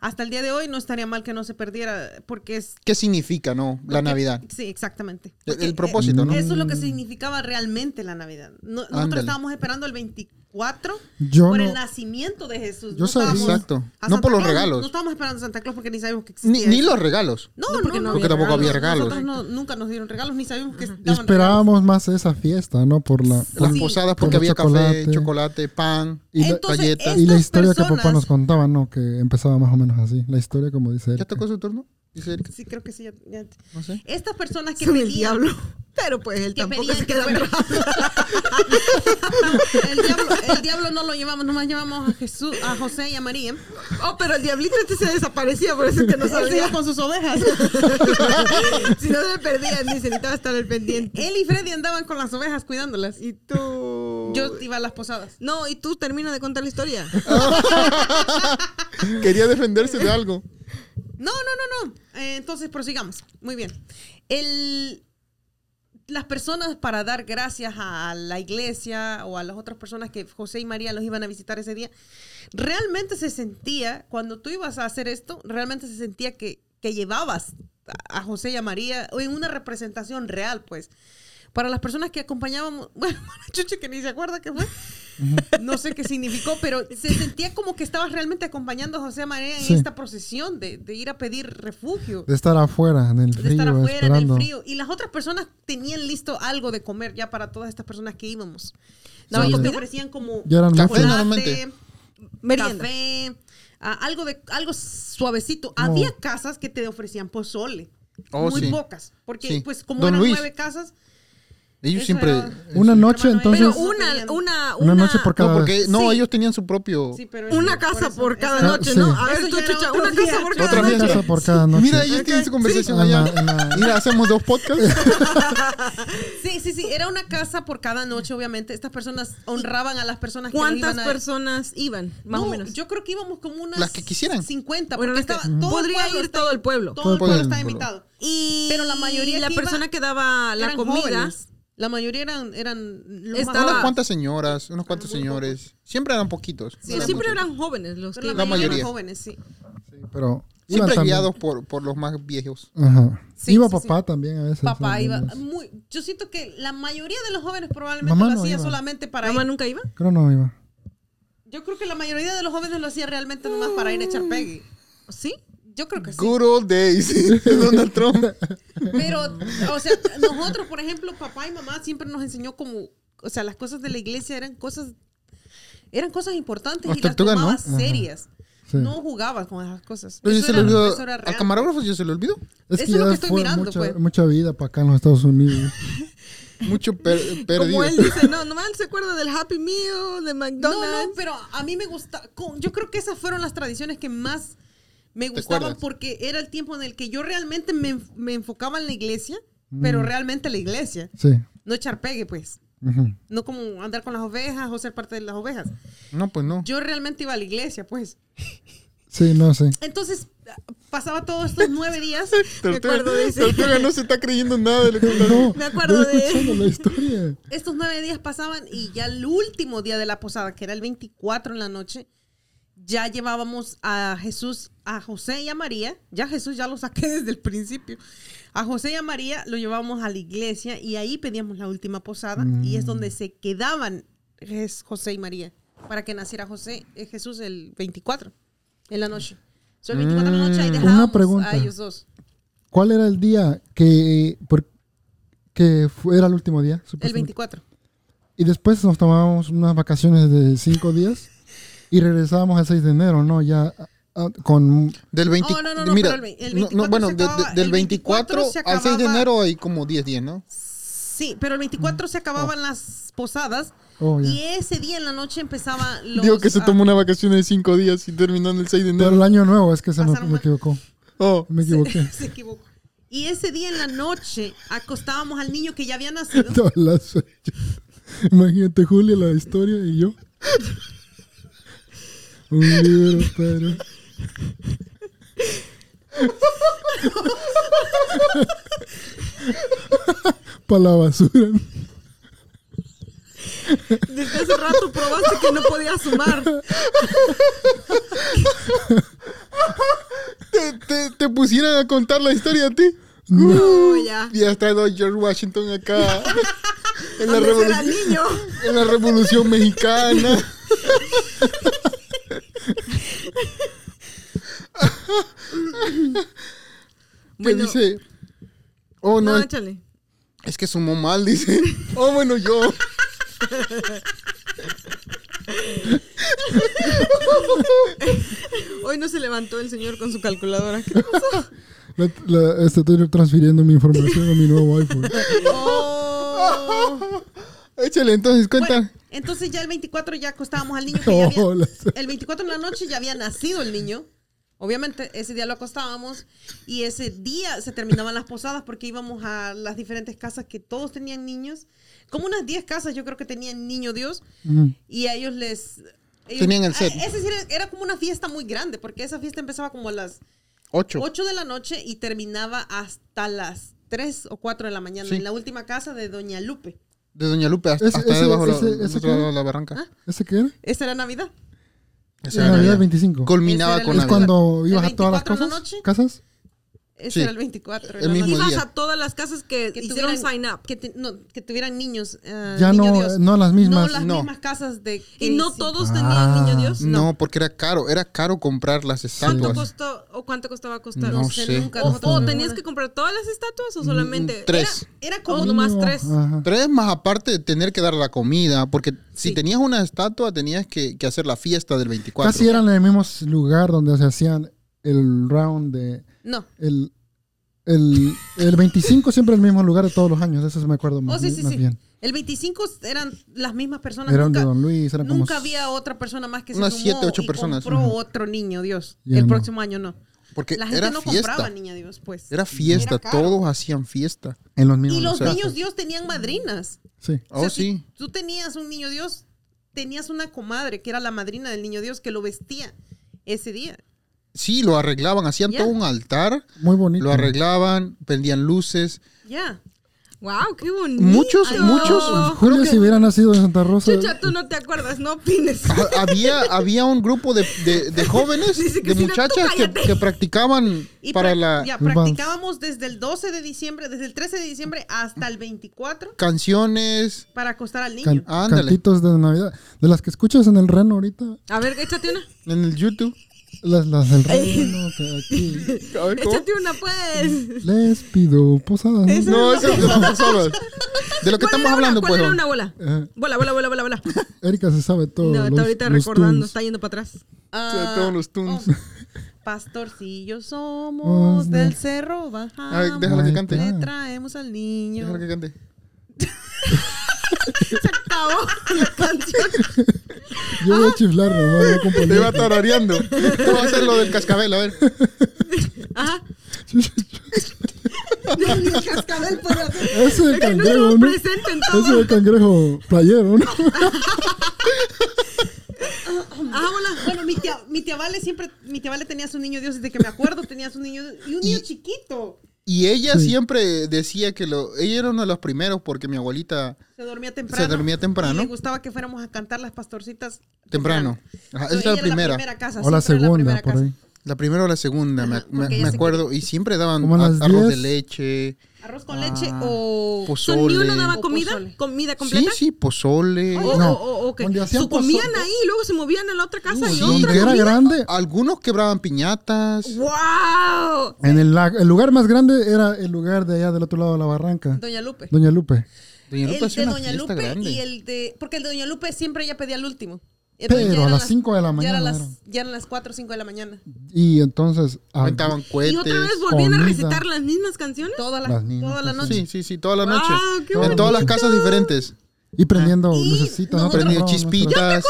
[SPEAKER 3] Hasta el día de hoy no estaría mal que no se perdiera, porque es...
[SPEAKER 1] ¿Qué significa, no? La
[SPEAKER 3] porque-
[SPEAKER 1] Navidad.
[SPEAKER 3] Sí, exactamente.
[SPEAKER 1] El-
[SPEAKER 3] Porque, eh,
[SPEAKER 1] el propósito, ¿no?
[SPEAKER 3] Eso es lo que significaba realmente la Navidad. No- nosotros
[SPEAKER 1] Ándale.
[SPEAKER 3] estábamos esperando el 24
[SPEAKER 4] Yo
[SPEAKER 3] por
[SPEAKER 4] no-
[SPEAKER 3] el nacimiento de Jesús.
[SPEAKER 4] Yo sabía-
[SPEAKER 3] estábamos
[SPEAKER 1] Exacto.
[SPEAKER 3] a
[SPEAKER 1] No
[SPEAKER 3] Santa
[SPEAKER 1] por los
[SPEAKER 3] Claus,
[SPEAKER 1] regalos.
[SPEAKER 3] No estábamos esperando a Santa Claus porque ni sabíamos que existía.
[SPEAKER 1] Ni, ni los regalos.
[SPEAKER 3] No,
[SPEAKER 2] No, porque
[SPEAKER 3] no,
[SPEAKER 2] no
[SPEAKER 3] no
[SPEAKER 1] Porque tampoco había
[SPEAKER 3] Nosotros no- nunca nos dieron regalos, ni sabíamos que daban regalos.
[SPEAKER 4] Esperábamos más esa fiesta, ¿no? Por la... por-
[SPEAKER 1] Las
[SPEAKER 3] Sí.
[SPEAKER 1] posadas
[SPEAKER 4] Por
[SPEAKER 1] porque
[SPEAKER 4] el
[SPEAKER 1] había café,
[SPEAKER 4] chocolate.
[SPEAKER 1] chocolate, pan,
[SPEAKER 4] Y la-
[SPEAKER 3] Entonces,
[SPEAKER 1] galletas.
[SPEAKER 4] y la
[SPEAKER 3] estas
[SPEAKER 4] historia que papá
[SPEAKER 3] personas-
[SPEAKER 4] nos contaba, ¿no? Que empezaba más o menos así. La historia, como dice
[SPEAKER 1] ¿Ya
[SPEAKER 4] él.
[SPEAKER 1] tocó su turno? Dice Erika.
[SPEAKER 3] Sí, creo que sí. ya- ya-
[SPEAKER 1] No sé.
[SPEAKER 3] Estas personas que
[SPEAKER 2] Son el
[SPEAKER 3] pedían,
[SPEAKER 2] diablo. Pero pues él
[SPEAKER 3] que
[SPEAKER 2] tampoco
[SPEAKER 3] pedían
[SPEAKER 2] se
[SPEAKER 3] que
[SPEAKER 2] queda
[SPEAKER 3] fuera-
[SPEAKER 2] atrás.
[SPEAKER 3] el diablo, el diablo no lo llevamos, nomás llevamos a Jesús, a José y a María.
[SPEAKER 2] Oh, pero el diablito este se desaparecía, por eso es que no
[SPEAKER 3] Él se iba
[SPEAKER 2] sabía.
[SPEAKER 3] con sus ovejas.
[SPEAKER 2] si no se perdían, dice, necesitaba estar al pendiente.
[SPEAKER 3] Él y Freddy andaban con las ovejas cuidándolas.
[SPEAKER 2] Y tú.
[SPEAKER 3] Yo iba a las posadas.
[SPEAKER 2] No, y tú termina de contar la historia.
[SPEAKER 1] Quería defenderse de algo.
[SPEAKER 3] No, no, no, no. Eh, entonces prosigamos. Muy bien. El, las personas para dar gracias a la iglesia o a las otras personas que José y María los iban a visitar ese día, realmente se sentía, cuando tú ibas a hacer esto, realmente se sentía que, que llevabas a a José y a María o en una representación real, pues. Para las personas que acompañábamos, bueno, chuche que ni se acuerda qué fue, no sé qué significó, pero se sentía como que estabas realmente acompañando a José y a María en
[SPEAKER 4] Sí.
[SPEAKER 3] esta procesión de, de ir a pedir refugio
[SPEAKER 4] De estar afuera, en el frío,
[SPEAKER 3] de estar afuera
[SPEAKER 4] esperando.
[SPEAKER 3] en el frío. Y las otras personas tenían listo algo de comer ya para todas estas personas que íbamos.
[SPEAKER 4] ¿Daban
[SPEAKER 3] Ellos te
[SPEAKER 4] comida?
[SPEAKER 3] ofrecían como
[SPEAKER 4] Ya eran
[SPEAKER 1] Café,
[SPEAKER 4] muchos.
[SPEAKER 1] normalmente.
[SPEAKER 3] chocolate,
[SPEAKER 2] Merienda.
[SPEAKER 3] café, ah, algo de algo suavecito.
[SPEAKER 4] Como-
[SPEAKER 3] Había casas que te ofrecían pozole.
[SPEAKER 1] Oh,
[SPEAKER 3] muy
[SPEAKER 1] sí.
[SPEAKER 3] pocas. Porque
[SPEAKER 1] Sí.
[SPEAKER 3] pues como
[SPEAKER 1] Don
[SPEAKER 3] eran
[SPEAKER 1] Luis.
[SPEAKER 3] nueve casas.
[SPEAKER 1] Ellos
[SPEAKER 3] Eso
[SPEAKER 1] siempre.
[SPEAKER 3] era-
[SPEAKER 4] Una noche,
[SPEAKER 3] Hermano,
[SPEAKER 4] entonces...
[SPEAKER 2] Pero una,
[SPEAKER 4] Una
[SPEAKER 2] una, una.
[SPEAKER 4] noche por cada
[SPEAKER 1] No, porque no,
[SPEAKER 2] Sí.
[SPEAKER 1] ellos tenían su propio.
[SPEAKER 3] Sí, pero por
[SPEAKER 2] una casa
[SPEAKER 3] eso-
[SPEAKER 2] por
[SPEAKER 3] eso
[SPEAKER 2] cada
[SPEAKER 3] era-
[SPEAKER 4] Ah,
[SPEAKER 2] noche,
[SPEAKER 4] sí.
[SPEAKER 2] ¿no? A ver,
[SPEAKER 3] Eso
[SPEAKER 2] tú,
[SPEAKER 3] ya era
[SPEAKER 2] chucha,
[SPEAKER 3] otro
[SPEAKER 2] una
[SPEAKER 3] día.
[SPEAKER 2] casa por cada
[SPEAKER 1] Otra
[SPEAKER 2] noche.
[SPEAKER 4] Una
[SPEAKER 1] fiesta.
[SPEAKER 4] casa por cada noche.
[SPEAKER 1] Mira, ellos tienen su conversación allá.
[SPEAKER 4] En la- en la-
[SPEAKER 1] Mira, hacemos dos podcasts.
[SPEAKER 3] Sí, sí, sí. Era una casa por cada noche, obviamente. Estas personas honraban a las personas que los
[SPEAKER 2] ¿Cuántas
[SPEAKER 3] iban a-
[SPEAKER 2] personas iban? Más
[SPEAKER 3] No,
[SPEAKER 2] o menos.
[SPEAKER 3] Yo creo que íbamos como unas.
[SPEAKER 1] Las que quisieran.
[SPEAKER 3] 50.
[SPEAKER 2] Bueno,
[SPEAKER 3] porque
[SPEAKER 2] este-
[SPEAKER 3] estaba, todo el
[SPEAKER 2] podría
[SPEAKER 3] pueblo
[SPEAKER 2] ir
[SPEAKER 3] está-
[SPEAKER 2] todo el pueblo.
[SPEAKER 3] Todo el
[SPEAKER 1] Todo el
[SPEAKER 3] pueblo estaba
[SPEAKER 1] pueblo.
[SPEAKER 3] invitado.
[SPEAKER 2] Y
[SPEAKER 3] Pero la mayoría
[SPEAKER 2] la
[SPEAKER 3] que iba
[SPEAKER 2] persona que daba la
[SPEAKER 3] Eran
[SPEAKER 2] comida.
[SPEAKER 3] jóvenes. La mayoría eran. eran los más
[SPEAKER 2] Estaba-
[SPEAKER 1] Unas
[SPEAKER 3] jóvenes.
[SPEAKER 1] cuantas señoras, unos cuantos señores. Siempre eran poquitos.
[SPEAKER 3] Sí,
[SPEAKER 1] no
[SPEAKER 2] Sí, siempre
[SPEAKER 1] muchos.
[SPEAKER 2] eran jóvenes los que
[SPEAKER 3] Pero
[SPEAKER 1] La
[SPEAKER 3] la
[SPEAKER 2] iban.
[SPEAKER 3] mayoría
[SPEAKER 1] mayoría.
[SPEAKER 3] eran jóvenes, sí.
[SPEAKER 4] Sí, pero iban
[SPEAKER 1] Siempre
[SPEAKER 4] también.
[SPEAKER 1] guiados por, por los más viejos.
[SPEAKER 4] Ajá.
[SPEAKER 3] Sí,
[SPEAKER 4] iba
[SPEAKER 3] sí,
[SPEAKER 4] papá también a veces.
[SPEAKER 3] Papá
[SPEAKER 4] ¿no?
[SPEAKER 3] iba.
[SPEAKER 4] Creo
[SPEAKER 3] Muy, yo siento que la mayoría de los jóvenes probablemente
[SPEAKER 4] Mamá
[SPEAKER 3] lo
[SPEAKER 4] no
[SPEAKER 3] hacía
[SPEAKER 4] iba.
[SPEAKER 3] solamente para
[SPEAKER 2] ¿Mamá
[SPEAKER 3] ir.
[SPEAKER 2] nunca iba?
[SPEAKER 4] no iba.
[SPEAKER 3] Yo creo que la mayoría de los jóvenes lo hacía realmente nomás para ir a echar pegue.
[SPEAKER 2] ¿Sí?
[SPEAKER 3] Yo creo que sí.
[SPEAKER 1] Good old days. Donald Trump.
[SPEAKER 3] Pero, o sea, nosotros, por ejemplo, papá y mamá siempre nos enseñó como, o sea, las cosas de la iglesia eran cosas, eran cosas importantes
[SPEAKER 1] Las
[SPEAKER 3] y las
[SPEAKER 1] tortugas, ¿no?
[SPEAKER 3] tomabas serias.
[SPEAKER 4] Sí.
[SPEAKER 3] No jugabas con esas cosas.
[SPEAKER 1] Pero ya
[SPEAKER 3] Eso
[SPEAKER 1] se le
[SPEAKER 3] era-
[SPEAKER 1] olvidó.
[SPEAKER 3] eso era real.
[SPEAKER 1] Al camarógrafo ya se le olvidó.
[SPEAKER 4] Es
[SPEAKER 3] Eso
[SPEAKER 4] que
[SPEAKER 3] es lo
[SPEAKER 4] ya
[SPEAKER 3] que estoy
[SPEAKER 4] fue
[SPEAKER 3] mirando,
[SPEAKER 4] mucha,
[SPEAKER 3] pues.
[SPEAKER 4] mucha vida para acá en los Estados Unidos.
[SPEAKER 1] Mucho per- perdido.
[SPEAKER 2] Como él dice, no, nomás él se acuerda del Happy Meal,
[SPEAKER 3] No, no,
[SPEAKER 2] de McDonald's.
[SPEAKER 3] pero a mí me gusta. con- Yo creo que esas fueron las tradiciones que más me gustaban
[SPEAKER 1] acuerdas?
[SPEAKER 3] porque era el tiempo en el que yo realmente me, enf- me enfocaba en la iglesia,
[SPEAKER 1] Mm.
[SPEAKER 3] pero realmente la iglesia.
[SPEAKER 4] Sí.
[SPEAKER 3] No echar pegue, pues.
[SPEAKER 4] Ujú.
[SPEAKER 3] No como andar con las ovejas o ser parte de las ovejas.
[SPEAKER 1] No, pues no.
[SPEAKER 3] Yo realmente iba a la iglesia, pues.
[SPEAKER 4] Sí, no sé.
[SPEAKER 3] Entonces, pasaba todos estos nueve días.
[SPEAKER 2] acuerdo de ese.
[SPEAKER 1] Tortuga no se está creyendo nada de lo que
[SPEAKER 4] No,
[SPEAKER 2] Me acuerdo
[SPEAKER 4] estoy
[SPEAKER 2] de-
[SPEAKER 4] escuchando la historia.
[SPEAKER 3] Estos nueve días pasaban y ya el último día de la posada, que era el 24 en la noche, ya llevábamos a Jesús, a José y a María. Ya Jesús ya lo saqué desde el principio. A José y a María lo llevábamos a la iglesia y ahí pedíamos la última posada y es donde se quedaban Jes- José y María para que naciera José, eh, Jesús el 24 en la noche. So, el 24 en la noche ahí
[SPEAKER 4] Mm. Una
[SPEAKER 3] dejábamos
[SPEAKER 4] pregunta.
[SPEAKER 3] a ellos dos.
[SPEAKER 4] ¿Cuál era el día que, por- que fue- era el último día?
[SPEAKER 3] El
[SPEAKER 4] supuestamente?
[SPEAKER 3] 24.
[SPEAKER 4] Y después nos tomábamos unas vacaciones de cinco días y regresábamos el 6 de enero, ¿no? Ya ah, con...
[SPEAKER 1] Del 20,
[SPEAKER 3] Oh, no, no, no,
[SPEAKER 1] mira,
[SPEAKER 3] pero el ve- el
[SPEAKER 1] no, no,
[SPEAKER 3] 24
[SPEAKER 1] bueno,
[SPEAKER 3] se
[SPEAKER 1] de- de-
[SPEAKER 3] acababa-
[SPEAKER 1] del
[SPEAKER 3] el
[SPEAKER 1] 24
[SPEAKER 3] 24 se
[SPEAKER 1] al 6 de
[SPEAKER 3] acababa-
[SPEAKER 1] enero hay como 10 días, ¿no?
[SPEAKER 3] Sí, pero el 24
[SPEAKER 1] Mm.
[SPEAKER 3] se acababan
[SPEAKER 1] Oh.
[SPEAKER 3] las posadas
[SPEAKER 4] Oh, ya.
[SPEAKER 3] y ese día en la noche empezaba los...
[SPEAKER 1] Digo que se
[SPEAKER 3] ah,
[SPEAKER 1] tomó una vacación de cinco días y terminó en el 6 de
[SPEAKER 4] Pero el
[SPEAKER 1] enero.
[SPEAKER 4] año nuevo es que se me,
[SPEAKER 3] Pasaron
[SPEAKER 4] me
[SPEAKER 3] una-
[SPEAKER 4] equivocó.
[SPEAKER 1] Oh,
[SPEAKER 4] Me equivoqué.
[SPEAKER 3] se equivocó. Y ese día en la noche acostábamos al niño que ya había nacido.
[SPEAKER 4] Todas las fechas. Imagínate, Julia, la historia y yo. Un libro, pero. Para la basura.
[SPEAKER 2] Desde hace rato probaste que no podía sumar.
[SPEAKER 1] te, te, te pusieran a contar la historia a ti.
[SPEAKER 2] No, ya.
[SPEAKER 1] Y has traído a George Washington acá. en, la
[SPEAKER 2] ¿Dónde
[SPEAKER 1] revolu-
[SPEAKER 2] será el niño?
[SPEAKER 1] en la Revolución Mexicana. Que
[SPEAKER 2] Bueno.
[SPEAKER 1] dice. Oh, no,
[SPEAKER 2] No,
[SPEAKER 1] es,
[SPEAKER 2] échale.
[SPEAKER 1] es que sumó mal, dice. Oh, bueno, yo.
[SPEAKER 2] Hoy no se levantó el señor con su calculadora.
[SPEAKER 4] La- la- este, estoy transfiriendo mi información a mi nuevo iPhone.
[SPEAKER 1] Échale entonces, cuenta.
[SPEAKER 3] Oh, Bueno, entonces ya el 24 ya acostábamos al niño que ya había...
[SPEAKER 4] Oh, la-
[SPEAKER 3] El 24 en la noche ya había nacido el niño. Obviamente ese día lo acostábamos y ese día se terminaban las posadas porque íbamos a las diferentes casas que todos tenían niños. Como unas 10 casas yo creo que tenían niño Dios
[SPEAKER 4] Mm.
[SPEAKER 3] y a ellos les... ellos-
[SPEAKER 1] Tenían el set.
[SPEAKER 3] Ah, Es decir, era como una fiesta muy grande porque esa fiesta empezaba como a las
[SPEAKER 1] Ocho.
[SPEAKER 3] 8 de la noche y terminaba hasta las 3 o 4 de la mañana
[SPEAKER 1] Sí.
[SPEAKER 3] en la última casa de Doña Lupe.
[SPEAKER 1] De Doña Lupe hasta,
[SPEAKER 4] Ese-
[SPEAKER 1] hasta
[SPEAKER 4] ese-
[SPEAKER 1] debajo de
[SPEAKER 4] ese-
[SPEAKER 1] la,
[SPEAKER 4] ese
[SPEAKER 1] otro lado
[SPEAKER 4] qué?
[SPEAKER 1] de la barranca.
[SPEAKER 3] Ah.
[SPEAKER 4] ¿Ese qué era?
[SPEAKER 3] Esa era Navidad.
[SPEAKER 1] Esa
[SPEAKER 4] La
[SPEAKER 1] era
[SPEAKER 4] Navidad
[SPEAKER 1] la-
[SPEAKER 4] 25.
[SPEAKER 1] Culminaba
[SPEAKER 3] Ese era
[SPEAKER 1] con
[SPEAKER 3] el-
[SPEAKER 1] la
[SPEAKER 4] ¿Es
[SPEAKER 3] Navidad.
[SPEAKER 4] cuando
[SPEAKER 3] ¿El
[SPEAKER 4] ibas a todas las
[SPEAKER 3] 24 en la
[SPEAKER 4] cosas?
[SPEAKER 3] noche?
[SPEAKER 4] ¿Casas?
[SPEAKER 3] Ese
[SPEAKER 1] Sí.
[SPEAKER 3] era el 24.
[SPEAKER 1] El mismo
[SPEAKER 3] noche.
[SPEAKER 2] Ibas
[SPEAKER 1] día.
[SPEAKER 2] a todas las casas que, hicieron sign up.
[SPEAKER 3] Que, te- no, que tuvieran niños. eh,
[SPEAKER 4] Ya
[SPEAKER 3] niño
[SPEAKER 4] no,
[SPEAKER 3] Dios.
[SPEAKER 4] no las mismas.
[SPEAKER 3] No las
[SPEAKER 1] No.
[SPEAKER 3] mismas casas de. que
[SPEAKER 2] y no
[SPEAKER 3] hici-
[SPEAKER 2] todos
[SPEAKER 4] Ah.
[SPEAKER 2] tenían niño Dios.
[SPEAKER 1] No. porque era caro. Era caro comprar las
[SPEAKER 2] ¿Cuánto
[SPEAKER 1] estatuas.
[SPEAKER 2] costó o cuánto costaba costar?
[SPEAKER 1] No
[SPEAKER 3] No sé,
[SPEAKER 1] sé.
[SPEAKER 3] nunca.
[SPEAKER 2] O,
[SPEAKER 3] nosotros
[SPEAKER 2] o
[SPEAKER 3] no-
[SPEAKER 2] tenías que comprar todas las estatuas o solamente
[SPEAKER 1] Mm, tres.
[SPEAKER 3] Era
[SPEAKER 2] o
[SPEAKER 3] como.
[SPEAKER 2] nomás
[SPEAKER 4] Mínimo,
[SPEAKER 2] tres.
[SPEAKER 4] ajá.
[SPEAKER 1] Tres más aparte de tener que dar la comida. Porque si
[SPEAKER 2] Sí.
[SPEAKER 1] tenías una estatua, tenías que, que hacer la fiesta del 24.
[SPEAKER 4] Casi eran en el mismo lugar donde se hacían el round de.
[SPEAKER 3] No.
[SPEAKER 4] El, el, el 25 siempre en el mismo lugar de todos los años, de eso se me acuerdo más,
[SPEAKER 3] Oh, sí, sí,
[SPEAKER 4] más
[SPEAKER 3] sí.
[SPEAKER 4] bien.
[SPEAKER 3] El 25 eran las mismas personas.
[SPEAKER 4] Eran de
[SPEAKER 3] nunca
[SPEAKER 4] Don Luis, eran como.
[SPEAKER 3] nunca había otra persona más que se
[SPEAKER 1] unas
[SPEAKER 3] sumó
[SPEAKER 1] siete, ocho
[SPEAKER 3] y
[SPEAKER 1] personas.
[SPEAKER 3] compró
[SPEAKER 1] Ujú.
[SPEAKER 3] otro niño Dios.
[SPEAKER 4] Ya
[SPEAKER 3] el
[SPEAKER 4] no.
[SPEAKER 3] próximo año no.
[SPEAKER 1] Porque
[SPEAKER 3] La gente
[SPEAKER 1] era
[SPEAKER 3] no
[SPEAKER 1] fiesta.
[SPEAKER 3] compraba niña Dios, pues.
[SPEAKER 1] Era fiesta.
[SPEAKER 3] Era caro.
[SPEAKER 1] todos hacían fiesta.
[SPEAKER 4] En los mismos
[SPEAKER 3] y los
[SPEAKER 4] lugares.
[SPEAKER 3] niños Dios tenían madrinas.
[SPEAKER 4] Sí.
[SPEAKER 3] O
[SPEAKER 1] Oh,
[SPEAKER 3] sea, si
[SPEAKER 1] sí.
[SPEAKER 3] tú tenías un niño Dios, tenías una comadre que era la madrina del niño Dios que lo vestía ese día.
[SPEAKER 1] Sí, lo arreglaban. Hacían
[SPEAKER 3] Ya.
[SPEAKER 1] todo un altar.
[SPEAKER 4] Muy bonito.
[SPEAKER 1] Lo arreglaban. Prendían luces.
[SPEAKER 3] Ya.
[SPEAKER 2] Wow, qué bonito.
[SPEAKER 1] Muchos, muchos. creo
[SPEAKER 4] Julio,
[SPEAKER 1] que-
[SPEAKER 4] si hubiera nacido en Santa Rosa.
[SPEAKER 2] Chucha, tú no te acuerdas, no opines.
[SPEAKER 1] Ha- había, había un grupo de, de- de jóvenes,
[SPEAKER 2] Dice
[SPEAKER 1] de
[SPEAKER 2] Cristina,
[SPEAKER 1] muchachas
[SPEAKER 2] tú
[SPEAKER 1] que,
[SPEAKER 2] cállate.
[SPEAKER 1] que practicaban
[SPEAKER 3] Y
[SPEAKER 1] para
[SPEAKER 3] prac-
[SPEAKER 1] la
[SPEAKER 3] ya,
[SPEAKER 4] Vamos.
[SPEAKER 3] practicábamos desde el 12 de diciembre, desde el 13 de diciembre hasta el 24
[SPEAKER 1] canciones.
[SPEAKER 3] para acostar al niño.
[SPEAKER 4] can-
[SPEAKER 1] Ándale.
[SPEAKER 4] cantitos de Navidad. De las que escuchas en el reno ahorita.
[SPEAKER 2] A ver, échate una.
[SPEAKER 1] En el YouTube.
[SPEAKER 4] Las, las del reno. que aquí.
[SPEAKER 1] A ver, ¿cómo?
[SPEAKER 2] Échate una, pues.
[SPEAKER 4] Les pido posadas. ¿no?
[SPEAKER 1] No, eso es de las personas. De lo que estamos
[SPEAKER 2] ¿Cuál era
[SPEAKER 1] hablando,
[SPEAKER 2] una?
[SPEAKER 1] pues.
[SPEAKER 2] ¿Cuál era
[SPEAKER 1] don.
[SPEAKER 2] una bola?
[SPEAKER 4] Eh,
[SPEAKER 2] Bola, bola, bola, bola, bola.
[SPEAKER 4] Erika se sabe todo.
[SPEAKER 2] No,
[SPEAKER 4] los-
[SPEAKER 2] está ahorita
[SPEAKER 4] los
[SPEAKER 2] recordando,
[SPEAKER 4] tunes.
[SPEAKER 2] está yendo para atrás.
[SPEAKER 3] Ah,
[SPEAKER 1] sea, todos los tunes.
[SPEAKER 3] oh, pastorcillos somos
[SPEAKER 4] Oh,
[SPEAKER 3] del
[SPEAKER 4] no.
[SPEAKER 3] cerro
[SPEAKER 1] A ver,
[SPEAKER 3] bajamos,
[SPEAKER 1] déjala que
[SPEAKER 4] Ay,
[SPEAKER 1] cante.
[SPEAKER 4] claro.
[SPEAKER 3] le traemos al niño.
[SPEAKER 1] Déjala que cante.
[SPEAKER 2] Acabó la canción.
[SPEAKER 4] Yo voy a chiflar, no voy a
[SPEAKER 1] Te
[SPEAKER 4] componer.
[SPEAKER 1] va tarareando. Tú vas a hacer lo del cascabel, a ver.
[SPEAKER 2] Ajá.
[SPEAKER 3] El cascabel puede hacer-
[SPEAKER 4] Ese es el
[SPEAKER 2] Es que no
[SPEAKER 4] cangrejo,
[SPEAKER 2] estuvo
[SPEAKER 4] ¿no? Ese
[SPEAKER 2] presente en
[SPEAKER 4] es
[SPEAKER 2] todo.
[SPEAKER 4] el cangrejo playero, ¿no?
[SPEAKER 2] Ajá, bola.
[SPEAKER 3] Bueno, mi tía, mi tía Vale siempre, mi tía Vale tenía su niño Dios desde que me acuerdo, tenía su niño Dios, y un niño chiquito.
[SPEAKER 1] Y ella
[SPEAKER 4] Sí.
[SPEAKER 1] siempre decía que lo. Ella era uno de los primeros porque mi abuelita.
[SPEAKER 3] Se dormía temprano.
[SPEAKER 1] Se dormía temprano.
[SPEAKER 3] Y le gustaba que fuéramos a cantar las pastorcitas
[SPEAKER 1] Temprano. Ajá, esa
[SPEAKER 3] Entonces,
[SPEAKER 1] era la
[SPEAKER 3] ella era
[SPEAKER 1] primera.
[SPEAKER 3] casa,
[SPEAKER 4] O la
[SPEAKER 3] siempre era
[SPEAKER 4] segunda,
[SPEAKER 3] primera
[SPEAKER 4] por
[SPEAKER 3] casa.
[SPEAKER 4] ahí.
[SPEAKER 1] La primera o la segunda, me-
[SPEAKER 3] Ajá,
[SPEAKER 1] me,
[SPEAKER 3] porque
[SPEAKER 1] me
[SPEAKER 3] ella se
[SPEAKER 1] acuerdo. Y siempre daban
[SPEAKER 4] Como a
[SPEAKER 1] a-
[SPEAKER 4] las
[SPEAKER 1] arroz de
[SPEAKER 4] 10.
[SPEAKER 1] leche,
[SPEAKER 3] Arroz con leche o
[SPEAKER 2] So, ni
[SPEAKER 1] Ah, pozole.
[SPEAKER 2] uno daba
[SPEAKER 3] O
[SPEAKER 2] comida,
[SPEAKER 3] pozole.
[SPEAKER 2] comida
[SPEAKER 1] Sí,
[SPEAKER 2] completa. Oh,
[SPEAKER 1] sí, pozole.
[SPEAKER 2] O,
[SPEAKER 4] No.
[SPEAKER 2] o- o que
[SPEAKER 4] Donde hacían
[SPEAKER 2] su- comían
[SPEAKER 4] pozo-
[SPEAKER 2] ahí y luego se movían a la otra casa y
[SPEAKER 1] Sí,
[SPEAKER 4] Y
[SPEAKER 2] otra
[SPEAKER 4] que era
[SPEAKER 2] comida.
[SPEAKER 4] grande.
[SPEAKER 1] Algunos quebraban piñatas.
[SPEAKER 2] ¡Wow!
[SPEAKER 4] En el, la- el lugar más grande era el lugar de allá del otro lado de la barranca.
[SPEAKER 3] Doña Lupe.
[SPEAKER 4] Doña Lupe.
[SPEAKER 1] Doña Lupe
[SPEAKER 3] el
[SPEAKER 1] hacía
[SPEAKER 3] de
[SPEAKER 1] una
[SPEAKER 3] Doña
[SPEAKER 1] fiesta
[SPEAKER 3] Lupe
[SPEAKER 1] grande.
[SPEAKER 3] y el de. Porque el de Doña Lupe siempre ella pedía el último. Entonces, ya
[SPEAKER 4] Pero a
[SPEAKER 3] eran
[SPEAKER 4] las 5 de la
[SPEAKER 3] Ya,
[SPEAKER 4] mañana.
[SPEAKER 3] eran las,
[SPEAKER 4] eran.
[SPEAKER 3] ya eran las 4 o 5 de la mañana.
[SPEAKER 4] Y entonces. ah,
[SPEAKER 1] Aventaban cohetes.
[SPEAKER 2] ¿Y otra vez volvían a
[SPEAKER 4] comida.
[SPEAKER 2] recitar las mismas canciones?
[SPEAKER 3] Toda la,
[SPEAKER 4] Las niñas, pues,
[SPEAKER 3] toda la
[SPEAKER 4] sí.
[SPEAKER 3] noche. Ah,
[SPEAKER 1] Sí, sí, sí, toda la noche.
[SPEAKER 2] ¡Wow, qué
[SPEAKER 1] en todas las casas diferentes.
[SPEAKER 4] y prendiendo
[SPEAKER 3] Y
[SPEAKER 4] lucecitas.
[SPEAKER 3] nosotros-
[SPEAKER 1] Prendido
[SPEAKER 4] Prendían
[SPEAKER 1] chispitas.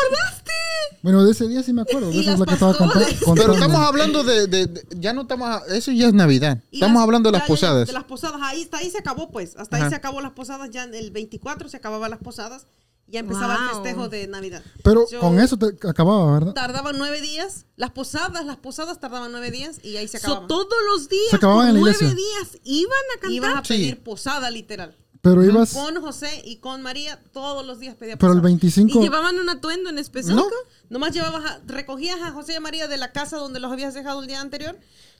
[SPEAKER 4] Bueno, de ese día sí me acuerdo.
[SPEAKER 3] Y
[SPEAKER 4] de Esa es
[SPEAKER 3] las
[SPEAKER 4] la que estaba contando.
[SPEAKER 3] pastores.
[SPEAKER 1] Pero
[SPEAKER 4] contando.
[SPEAKER 1] estamos hablando de, de- de- Ya no estamos. a- Eso ya es Navidad.
[SPEAKER 3] Y
[SPEAKER 1] Estamos
[SPEAKER 3] las-
[SPEAKER 1] hablando de
[SPEAKER 3] ya,
[SPEAKER 1] las
[SPEAKER 3] ya, ya,
[SPEAKER 1] posadas.
[SPEAKER 3] De las posadas, ahí, hasta ahí se acabó pues, hasta
[SPEAKER 1] Ajá.
[SPEAKER 3] ahí se acabó las posadas, ya en el 24 se acababan las posadas, ya empezaba el
[SPEAKER 2] Wow.
[SPEAKER 3] festejo de Navidad.
[SPEAKER 4] Pero
[SPEAKER 3] Yo-
[SPEAKER 4] con eso te acababa, ¿verdad?
[SPEAKER 3] Tardaban nueve días, las posadas, las posadas tardaban nueve días y ahí se
[SPEAKER 2] So,
[SPEAKER 3] acababan.
[SPEAKER 2] todos los días,
[SPEAKER 4] Se acababan
[SPEAKER 2] por
[SPEAKER 4] en la
[SPEAKER 2] nueve
[SPEAKER 4] iglesia.
[SPEAKER 2] días, iban a cantar.
[SPEAKER 3] Ibas a
[SPEAKER 1] Sí.
[SPEAKER 3] pedir posada literal.
[SPEAKER 4] Pero ibas.
[SPEAKER 3] Con José y con María todos los días pedía
[SPEAKER 4] Pues- Pero
[SPEAKER 3] posada.
[SPEAKER 4] el
[SPEAKER 2] ¿Y
[SPEAKER 4] 25.
[SPEAKER 2] llevaban un atuendo en específico?
[SPEAKER 3] Nomás llevabas, a- recogías a José y a María de la casa donde los habías dejado el día anterior,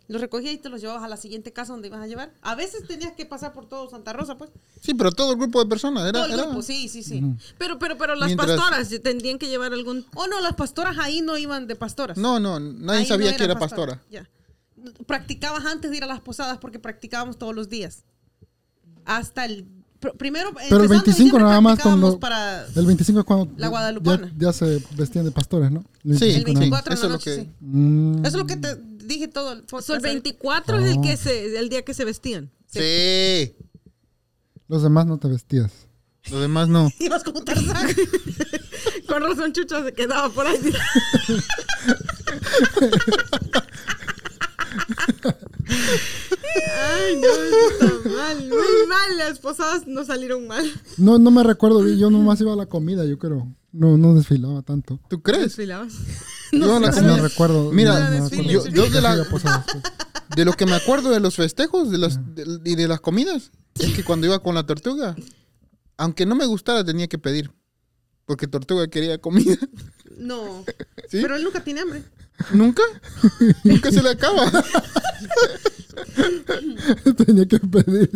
[SPEAKER 3] los recogías y te los llevabas a la siguiente casa donde ibas a llevar. A veces tenías que pasar por todo Santa Rosa, pues.
[SPEAKER 1] Sí, pero todo el grupo de personas. Era,
[SPEAKER 3] todo el
[SPEAKER 1] era-
[SPEAKER 3] grupo, sí, sí, sí.
[SPEAKER 2] Pero, pero, pero las
[SPEAKER 1] Mientras-
[SPEAKER 2] pastoras tendrían que llevar algún...
[SPEAKER 3] Oh, no, las pastoras ahí no iban de pastoras.
[SPEAKER 1] No, no, nadie
[SPEAKER 3] Ahí
[SPEAKER 1] sabía
[SPEAKER 3] no
[SPEAKER 1] que
[SPEAKER 3] eran
[SPEAKER 1] era pastora.
[SPEAKER 3] Ya. Practicabas antes de ir a las posadas porque practicábamos todos los días. Hasta el... pr- Primero,
[SPEAKER 4] Pero el
[SPEAKER 3] empezando
[SPEAKER 4] 25
[SPEAKER 3] diciembre,
[SPEAKER 4] nada más
[SPEAKER 3] practicábamos
[SPEAKER 4] cuando.
[SPEAKER 3] Para
[SPEAKER 4] El 25 es cuando.
[SPEAKER 3] La
[SPEAKER 4] ya-
[SPEAKER 3] Guadalupana.
[SPEAKER 4] Ya, se vestían de pastores, ¿no?
[SPEAKER 1] Sí,
[SPEAKER 3] el
[SPEAKER 1] eso
[SPEAKER 3] 24 en
[SPEAKER 1] es
[SPEAKER 3] la
[SPEAKER 1] lo
[SPEAKER 3] noche,
[SPEAKER 1] que-
[SPEAKER 3] sí.
[SPEAKER 4] Mm.
[SPEAKER 3] Eso es lo que te dije todo. el
[SPEAKER 2] So, el
[SPEAKER 3] podcast.
[SPEAKER 2] 24 es
[SPEAKER 1] Oh.
[SPEAKER 2] el, que se, el día que se vestían.
[SPEAKER 1] Sí.
[SPEAKER 4] Los demás no te vestías.
[SPEAKER 1] Los demás no.
[SPEAKER 3] Ibas como Tarzán.
[SPEAKER 2] Con razón Chucho se quedaba por ahí. Ay, no, eso está mal. Muy mal, las posadas no salieron mal.
[SPEAKER 4] No, no me recuerdo bien. Yo nomás iba a la comida, yo creo. No, no desfilaba tanto.
[SPEAKER 1] ¿Tú crees?
[SPEAKER 2] Desfilabas.
[SPEAKER 1] Yo la
[SPEAKER 4] Casi
[SPEAKER 1] comida-
[SPEAKER 4] no recuerdo.
[SPEAKER 1] Mira,
[SPEAKER 4] no, no
[SPEAKER 1] desfile.
[SPEAKER 4] recuerdo.
[SPEAKER 1] Yo- yo de la-
[SPEAKER 4] Casi iba a posadas, pues.
[SPEAKER 1] De lo que me acuerdo de los festejos de las, de- y de las comidas, es que cuando iba con la tortuga, aunque no me gustara, tenía que pedir. Porque tortuga quería comida.
[SPEAKER 3] No.
[SPEAKER 1] ¿Sí?
[SPEAKER 3] Pero él nunca tiene hambre.
[SPEAKER 1] ¿Nunca? Nunca se le acaba.
[SPEAKER 4] Tenía que pedir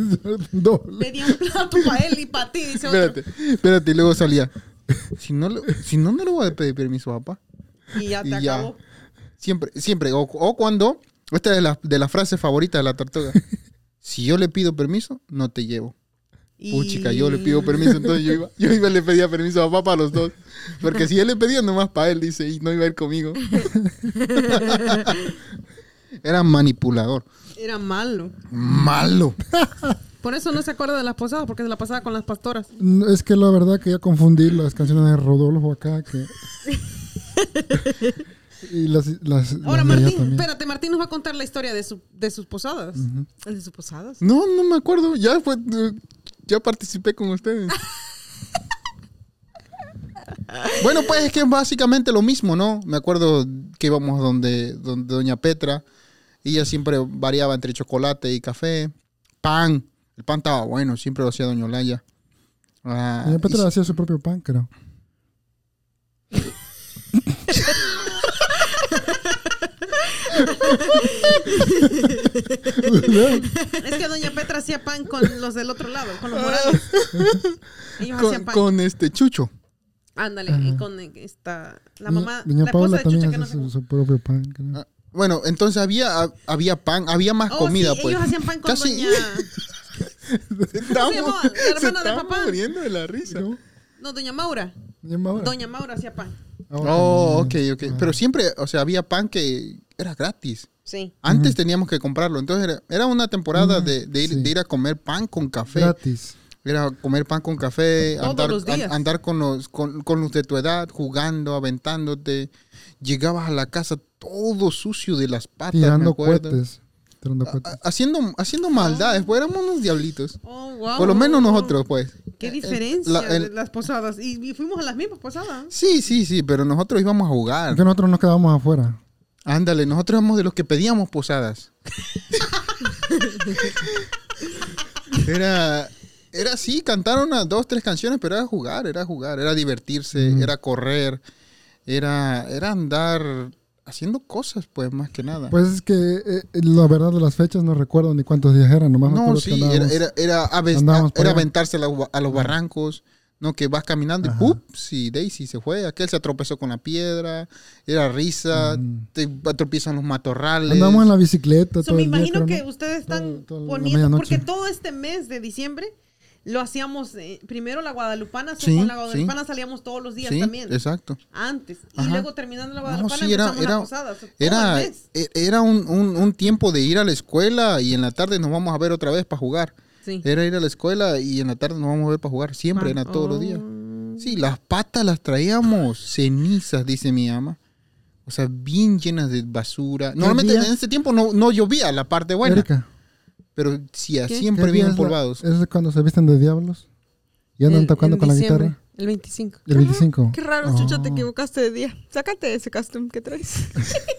[SPEAKER 4] doble.
[SPEAKER 3] Pedía un plato para él y para ti. Dice otro.
[SPEAKER 1] espérate, espérate. Y luego salía. Si no, lo- si no, no le voy a pedir permiso a papá.
[SPEAKER 3] Y ya te
[SPEAKER 1] Y ya.
[SPEAKER 3] acabó.
[SPEAKER 1] Siempre, siempre. O, o cuando, esta es la, de las frases favoritas de la tortuga. Si yo le pido permiso, no te llevo. Puchica, yo le pido permiso, entonces yo iba, yo iba y le pedía permiso a papá para los dos. Porque si él le pedía nomás para él, dice, y no iba a ir conmigo. Era manipulador.
[SPEAKER 3] Era malo.
[SPEAKER 1] Malo.
[SPEAKER 3] Por eso no se acuerda de las posadas, porque se la pasaba con las pastoras.
[SPEAKER 4] No, Mm, Es que la verdad que ya confundí las canciones de Rodolfo acá. Que... y las, las,
[SPEAKER 3] Ahora,
[SPEAKER 4] las de allá
[SPEAKER 3] Martín,
[SPEAKER 4] también.
[SPEAKER 3] espérate, Martín nos va a contar la historia de, su- de sus posadas.
[SPEAKER 2] ¿De sus posadas?
[SPEAKER 1] No, no me acuerdo. Ya fue, ya participé con ustedes. Bueno, pues es que es básicamente lo mismo, ¿no? Me acuerdo que íbamos donde, donde Doña Petra y ella siempre variaba entre chocolate y café. Pan. El pan estaba bueno, siempre lo hacía Doña Olaya. Ah,
[SPEAKER 4] Doña
[SPEAKER 1] y-
[SPEAKER 4] Petra hacía su propio pan, creo.
[SPEAKER 3] Es que Doña Petra hacía pan con los del otro lado, con los morales. Ellos
[SPEAKER 1] Ah. con,
[SPEAKER 3] hacían pan.
[SPEAKER 1] con este Chucho.
[SPEAKER 3] Ándale, y con esta. La mamá,
[SPEAKER 4] Doña
[SPEAKER 3] la esposa
[SPEAKER 4] Paula
[SPEAKER 3] de
[SPEAKER 4] también
[SPEAKER 3] Chucha que
[SPEAKER 4] hacía
[SPEAKER 3] no se
[SPEAKER 4] su, su propio pan, creo.
[SPEAKER 1] Ah, Bueno, entonces había, hab- había pan, había más
[SPEAKER 3] Oh,
[SPEAKER 1] comida,
[SPEAKER 3] sí,
[SPEAKER 1] pues.
[SPEAKER 3] ellos hacían pan con
[SPEAKER 1] Casi-
[SPEAKER 3] Doña.
[SPEAKER 1] Estamos-
[SPEAKER 3] llamaba? La hermana
[SPEAKER 1] se
[SPEAKER 3] de
[SPEAKER 1] están
[SPEAKER 3] papá.
[SPEAKER 1] muriendo de la risa.
[SPEAKER 3] No, Doña Maura.
[SPEAKER 4] Doña Maura.
[SPEAKER 3] Doña Maura hacía pan.
[SPEAKER 4] Ah,
[SPEAKER 1] Oh, ok,
[SPEAKER 4] también. Ah.
[SPEAKER 1] ok. Pero siempre, o sea, había pan que era gratis.
[SPEAKER 3] Sí.
[SPEAKER 1] Antes teníamos que comprarlo. Entonces era, era una temporada de, de ir,
[SPEAKER 4] sí.
[SPEAKER 1] de ir a comer pan con café.
[SPEAKER 4] Gratis.
[SPEAKER 1] Era comer pan con café,
[SPEAKER 3] Todos
[SPEAKER 1] andar,
[SPEAKER 3] los días.
[SPEAKER 1] an- andar con, los, con, con los de tu edad, jugando, aventándote. Llegabas a la casa todo sucio de las patas, Ah, me
[SPEAKER 4] Tirando
[SPEAKER 1] acuerdo. Ah,
[SPEAKER 4] cohetes. Tirando cohetes.
[SPEAKER 1] Ha- Haciendo, haciendo maldades, pues éramos unos diablitos.
[SPEAKER 3] Oh, wow.
[SPEAKER 1] Por lo menos nosotros, pues.
[SPEAKER 3] Qué
[SPEAKER 1] Eh,
[SPEAKER 3] diferencia
[SPEAKER 1] la- el-
[SPEAKER 3] de las posadas. Y, y fuimos a las mismas posadas.
[SPEAKER 1] Sí, sí, sí, pero nosotros íbamos a jugar.
[SPEAKER 4] Porque nosotros nos quedábamos afuera.
[SPEAKER 1] Ándale, nosotros éramos de los que pedíamos posadas. era, era así, cantar unas dos, tres canciones, pero era jugar, era jugar, era divertirse, era correr, era, era andar haciendo cosas, pues, más que nada.
[SPEAKER 4] Pues es que eh, eh, la verdad de las fechas no recuerdo ni cuántos días eran. Nomás me
[SPEAKER 1] no,
[SPEAKER 4] acuerdo que
[SPEAKER 1] sí, era,
[SPEAKER 4] andábamos.
[SPEAKER 1] era, era, aves-
[SPEAKER 4] andábamos por
[SPEAKER 1] era
[SPEAKER 4] allá.
[SPEAKER 1] aventarse a, la ba- a los barrancos. No, que vas caminando y ups, y Daisy se fue, aquel se atropezó con la piedra, era risa, te atropiesan los matorrales.
[SPEAKER 4] Mm. Andábamos en la bicicleta.
[SPEAKER 3] So,
[SPEAKER 4] todo
[SPEAKER 3] me
[SPEAKER 4] el día,
[SPEAKER 3] imagino
[SPEAKER 4] creo,
[SPEAKER 3] que
[SPEAKER 4] ¿no?
[SPEAKER 3] ustedes están
[SPEAKER 4] Todo- toda la
[SPEAKER 3] poniendo,
[SPEAKER 4] medianoche.
[SPEAKER 3] porque todo este mes de diciembre Lo hacíamos eh, primero la Guadalupana,
[SPEAKER 1] Sí,
[SPEAKER 3] con la
[SPEAKER 1] sí.
[SPEAKER 3] Guadalupana salíamos todos los días
[SPEAKER 1] Sí,
[SPEAKER 3] también.
[SPEAKER 1] exacto.
[SPEAKER 3] Antes. Y
[SPEAKER 1] Ajá.
[SPEAKER 3] luego terminando la
[SPEAKER 1] No,
[SPEAKER 3] Guadalupana
[SPEAKER 1] sí, era,
[SPEAKER 3] empezamos la
[SPEAKER 1] era,
[SPEAKER 3] posada. o sea, todo
[SPEAKER 1] era,
[SPEAKER 3] el mes.
[SPEAKER 1] e- era un, un- un tiempo de ir a la escuela y en la tarde nos vamos a ver otra vez para jugar.
[SPEAKER 3] Sí.
[SPEAKER 1] Era ir a la escuela y en la tarde nos vamos a ver para jugar. Siempre,
[SPEAKER 3] Pa-
[SPEAKER 1] era todos los días.
[SPEAKER 3] Oh.
[SPEAKER 1] Sí, las patas las traíamos cenizas, dice mi ama. O sea, bien llenas de basura. Normalmente
[SPEAKER 4] día?
[SPEAKER 1] en ese tiempo no, no llovía la parte buena,
[SPEAKER 4] Erika,
[SPEAKER 1] pero sí,
[SPEAKER 4] ¿qué
[SPEAKER 1] siempre bien
[SPEAKER 4] día es la-
[SPEAKER 1] empolvados.
[SPEAKER 4] Es cuando se visten de diablos y andan
[SPEAKER 2] El-
[SPEAKER 4] tocando
[SPEAKER 2] en
[SPEAKER 4] con la
[SPEAKER 2] diciembre,
[SPEAKER 4] guitarra. Ah.
[SPEAKER 2] El 25.
[SPEAKER 4] El 25.
[SPEAKER 2] Qué raro, chucha, te equivocaste de día. Sácate ese costume que traes.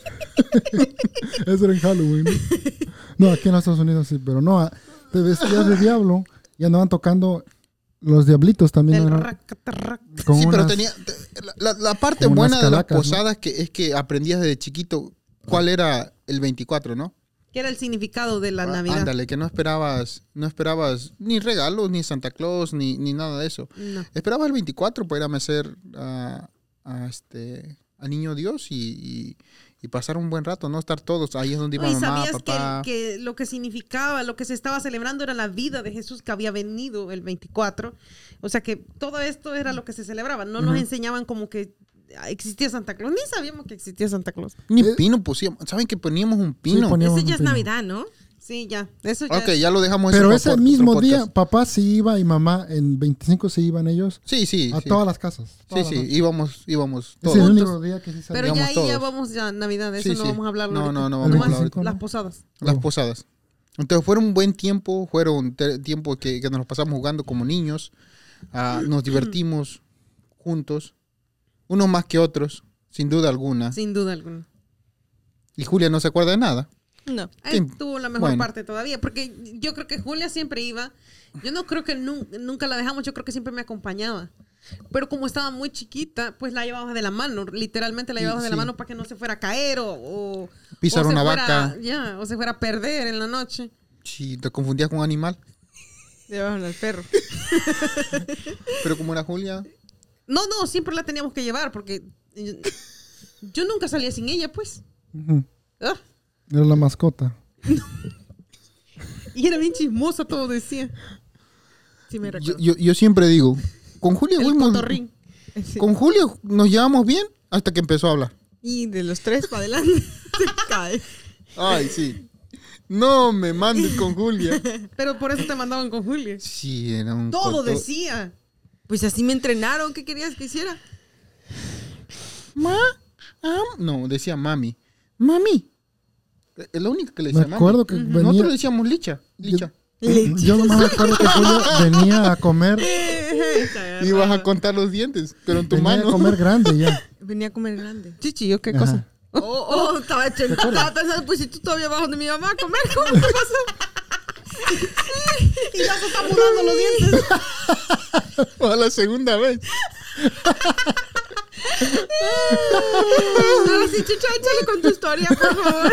[SPEAKER 4] Ah, Eso era en Halloween. No, aquí en los Estados Unidos sí, pero no. ah, Te vestías de diablo y andaban tocando los diablitos también.
[SPEAKER 3] El
[SPEAKER 4] ¿no?
[SPEAKER 3] rac, rac.
[SPEAKER 4] Con
[SPEAKER 1] sí,
[SPEAKER 4] unas-
[SPEAKER 1] pero tenía. te- La, la- la parte
[SPEAKER 4] con unas
[SPEAKER 1] buena de las
[SPEAKER 4] calacas, ¿no?
[SPEAKER 1] posadas que es que aprendías desde chiquito cuál era el 24, ¿no?
[SPEAKER 3] Que era el significado de la
[SPEAKER 1] Ah,
[SPEAKER 3] Navidad.
[SPEAKER 1] Ándale, que no esperabas, no esperabas ni regalos, ni Santa Claus, ni, ni nada de eso.
[SPEAKER 3] No.
[SPEAKER 1] Esperabas el 24 para ir a mecer a, a este al niño Dios y, y- y pasar un buen rato, no estar todos. Ahí es donde iba
[SPEAKER 3] No, y
[SPEAKER 1] mamá,
[SPEAKER 3] sabías
[SPEAKER 1] papá.
[SPEAKER 3] que, que lo que significaba, lo que se estaba celebrando era la vida de Jesús que había venido el 24. O sea que todo esto era lo que se celebraba. No nos enseñaban como que ah, existía Santa Claus. Ni sabíamos que existía Santa Claus.
[SPEAKER 1] Ni pino pusimos. ¿Saben que poníamos un pino?
[SPEAKER 4] poníamos-
[SPEAKER 2] Ese
[SPEAKER 4] un
[SPEAKER 2] ya es
[SPEAKER 4] pino.
[SPEAKER 2] Navidad, ¿no?
[SPEAKER 3] Sí, ya. Eso ya.
[SPEAKER 1] ok, ya lo dejamos.
[SPEAKER 4] Pero
[SPEAKER 1] para
[SPEAKER 4] ese
[SPEAKER 1] otro
[SPEAKER 4] mismo
[SPEAKER 1] podcast.
[SPEAKER 4] día, papá se iba y mamá, en 25 se iban ellos
[SPEAKER 1] Sí, sí.
[SPEAKER 4] a
[SPEAKER 1] sí.
[SPEAKER 4] todas las casas.
[SPEAKER 1] Sí,
[SPEAKER 4] todas
[SPEAKER 1] sí,
[SPEAKER 4] las noches.
[SPEAKER 1] íbamos, íbamos
[SPEAKER 4] Ese
[SPEAKER 1] todos.
[SPEAKER 4] es el único día que sí
[SPEAKER 3] Pero
[SPEAKER 4] salíamos.
[SPEAKER 3] ya
[SPEAKER 1] Digamos
[SPEAKER 3] ahí ya
[SPEAKER 1] todos.
[SPEAKER 3] vamos ya a Navidad. De eso
[SPEAKER 1] Sí,
[SPEAKER 3] no
[SPEAKER 1] sí.
[SPEAKER 3] vamos a hablar
[SPEAKER 1] No,
[SPEAKER 3] ahorita.
[SPEAKER 1] no, no vamos
[SPEAKER 4] a
[SPEAKER 3] Nomás
[SPEAKER 4] hablar ahorita.
[SPEAKER 3] Las posadas.
[SPEAKER 1] Las posadas. Entonces fueron un buen tiempo, fueron te- tiempo que, que nos lo pasamos jugando como niños, ah, nos divertimos juntos, unos más que otros, sin duda alguna.
[SPEAKER 3] Sin duda alguna.
[SPEAKER 1] Y Julia no se acuerda de nada.
[SPEAKER 2] No.
[SPEAKER 3] Ahí
[SPEAKER 1] Sí.
[SPEAKER 3] tuvo la mejor
[SPEAKER 1] Bueno.
[SPEAKER 3] parte todavía, porque yo creo que Julia siempre iba. Yo no creo que nu- nunca la dejamos, yo creo que siempre me acompañaba. Pero como estaba muy chiquita, pues la llevabas de la mano, literalmente la
[SPEAKER 1] Y-
[SPEAKER 3] llevabas de la
[SPEAKER 1] sí.
[SPEAKER 3] mano para que no se fuera a caer o, o
[SPEAKER 1] Pisar
[SPEAKER 3] o se
[SPEAKER 1] una
[SPEAKER 3] fuera-
[SPEAKER 1] vaca.
[SPEAKER 3] Ya, o se fuera a perder en la noche.
[SPEAKER 1] Si te confundías con un animal,
[SPEAKER 2] Llevaban al perro.
[SPEAKER 1] pero como era Julia,
[SPEAKER 3] No, no, siempre la teníamos que llevar porque yo, yo nunca salía sin ella, pues.
[SPEAKER 4] Ujú.
[SPEAKER 3] Ah,
[SPEAKER 4] Era la mascota.
[SPEAKER 3] y era bien chismosa, todo decía. Sí, me
[SPEAKER 1] yo,
[SPEAKER 3] recuerdo.
[SPEAKER 1] yo- yo siempre digo, con Julia,
[SPEAKER 3] El
[SPEAKER 1] fuimos-
[SPEAKER 3] cotorrín.
[SPEAKER 1] con Julia nos llevamos bien hasta que empezó a hablar.
[SPEAKER 2] Y de los tres para adelante se cae.
[SPEAKER 1] Ay, sí. No me mandes con Julia.
[SPEAKER 3] Pero por eso te mandaban con Julia.
[SPEAKER 1] Sí, era un...
[SPEAKER 3] Todo
[SPEAKER 1] cotor-
[SPEAKER 3] decía.
[SPEAKER 2] Pues así me entrenaron. ¿Qué querías que hiciera?
[SPEAKER 1] Ma, am- no, decía mami. Mami. Es- Es la única que le
[SPEAKER 4] Me
[SPEAKER 1] decía mami.
[SPEAKER 4] acuerdo que venía.
[SPEAKER 1] Nosotros le decíamos licha. Licha.
[SPEAKER 4] Yo nomás me acuerdo que Julio venía a comer.
[SPEAKER 1] Y vas a contar los dientes, pero en tu
[SPEAKER 4] venía
[SPEAKER 1] mano.
[SPEAKER 4] a comer grande ya.
[SPEAKER 2] Venía a comer grande.
[SPEAKER 3] Chichi, ¿yo qué
[SPEAKER 4] Ajá.
[SPEAKER 3] cosa?
[SPEAKER 2] Oh, oh, estaba hecho. Estaba pensando, pues si tú todavía vas donde mi mamá a comer, ¿cómo te pasó?
[SPEAKER 3] Y ya se está mudando los dientes.
[SPEAKER 1] A la segunda vez.
[SPEAKER 2] Ahora sí, chicha, échale con tu historia, por favor.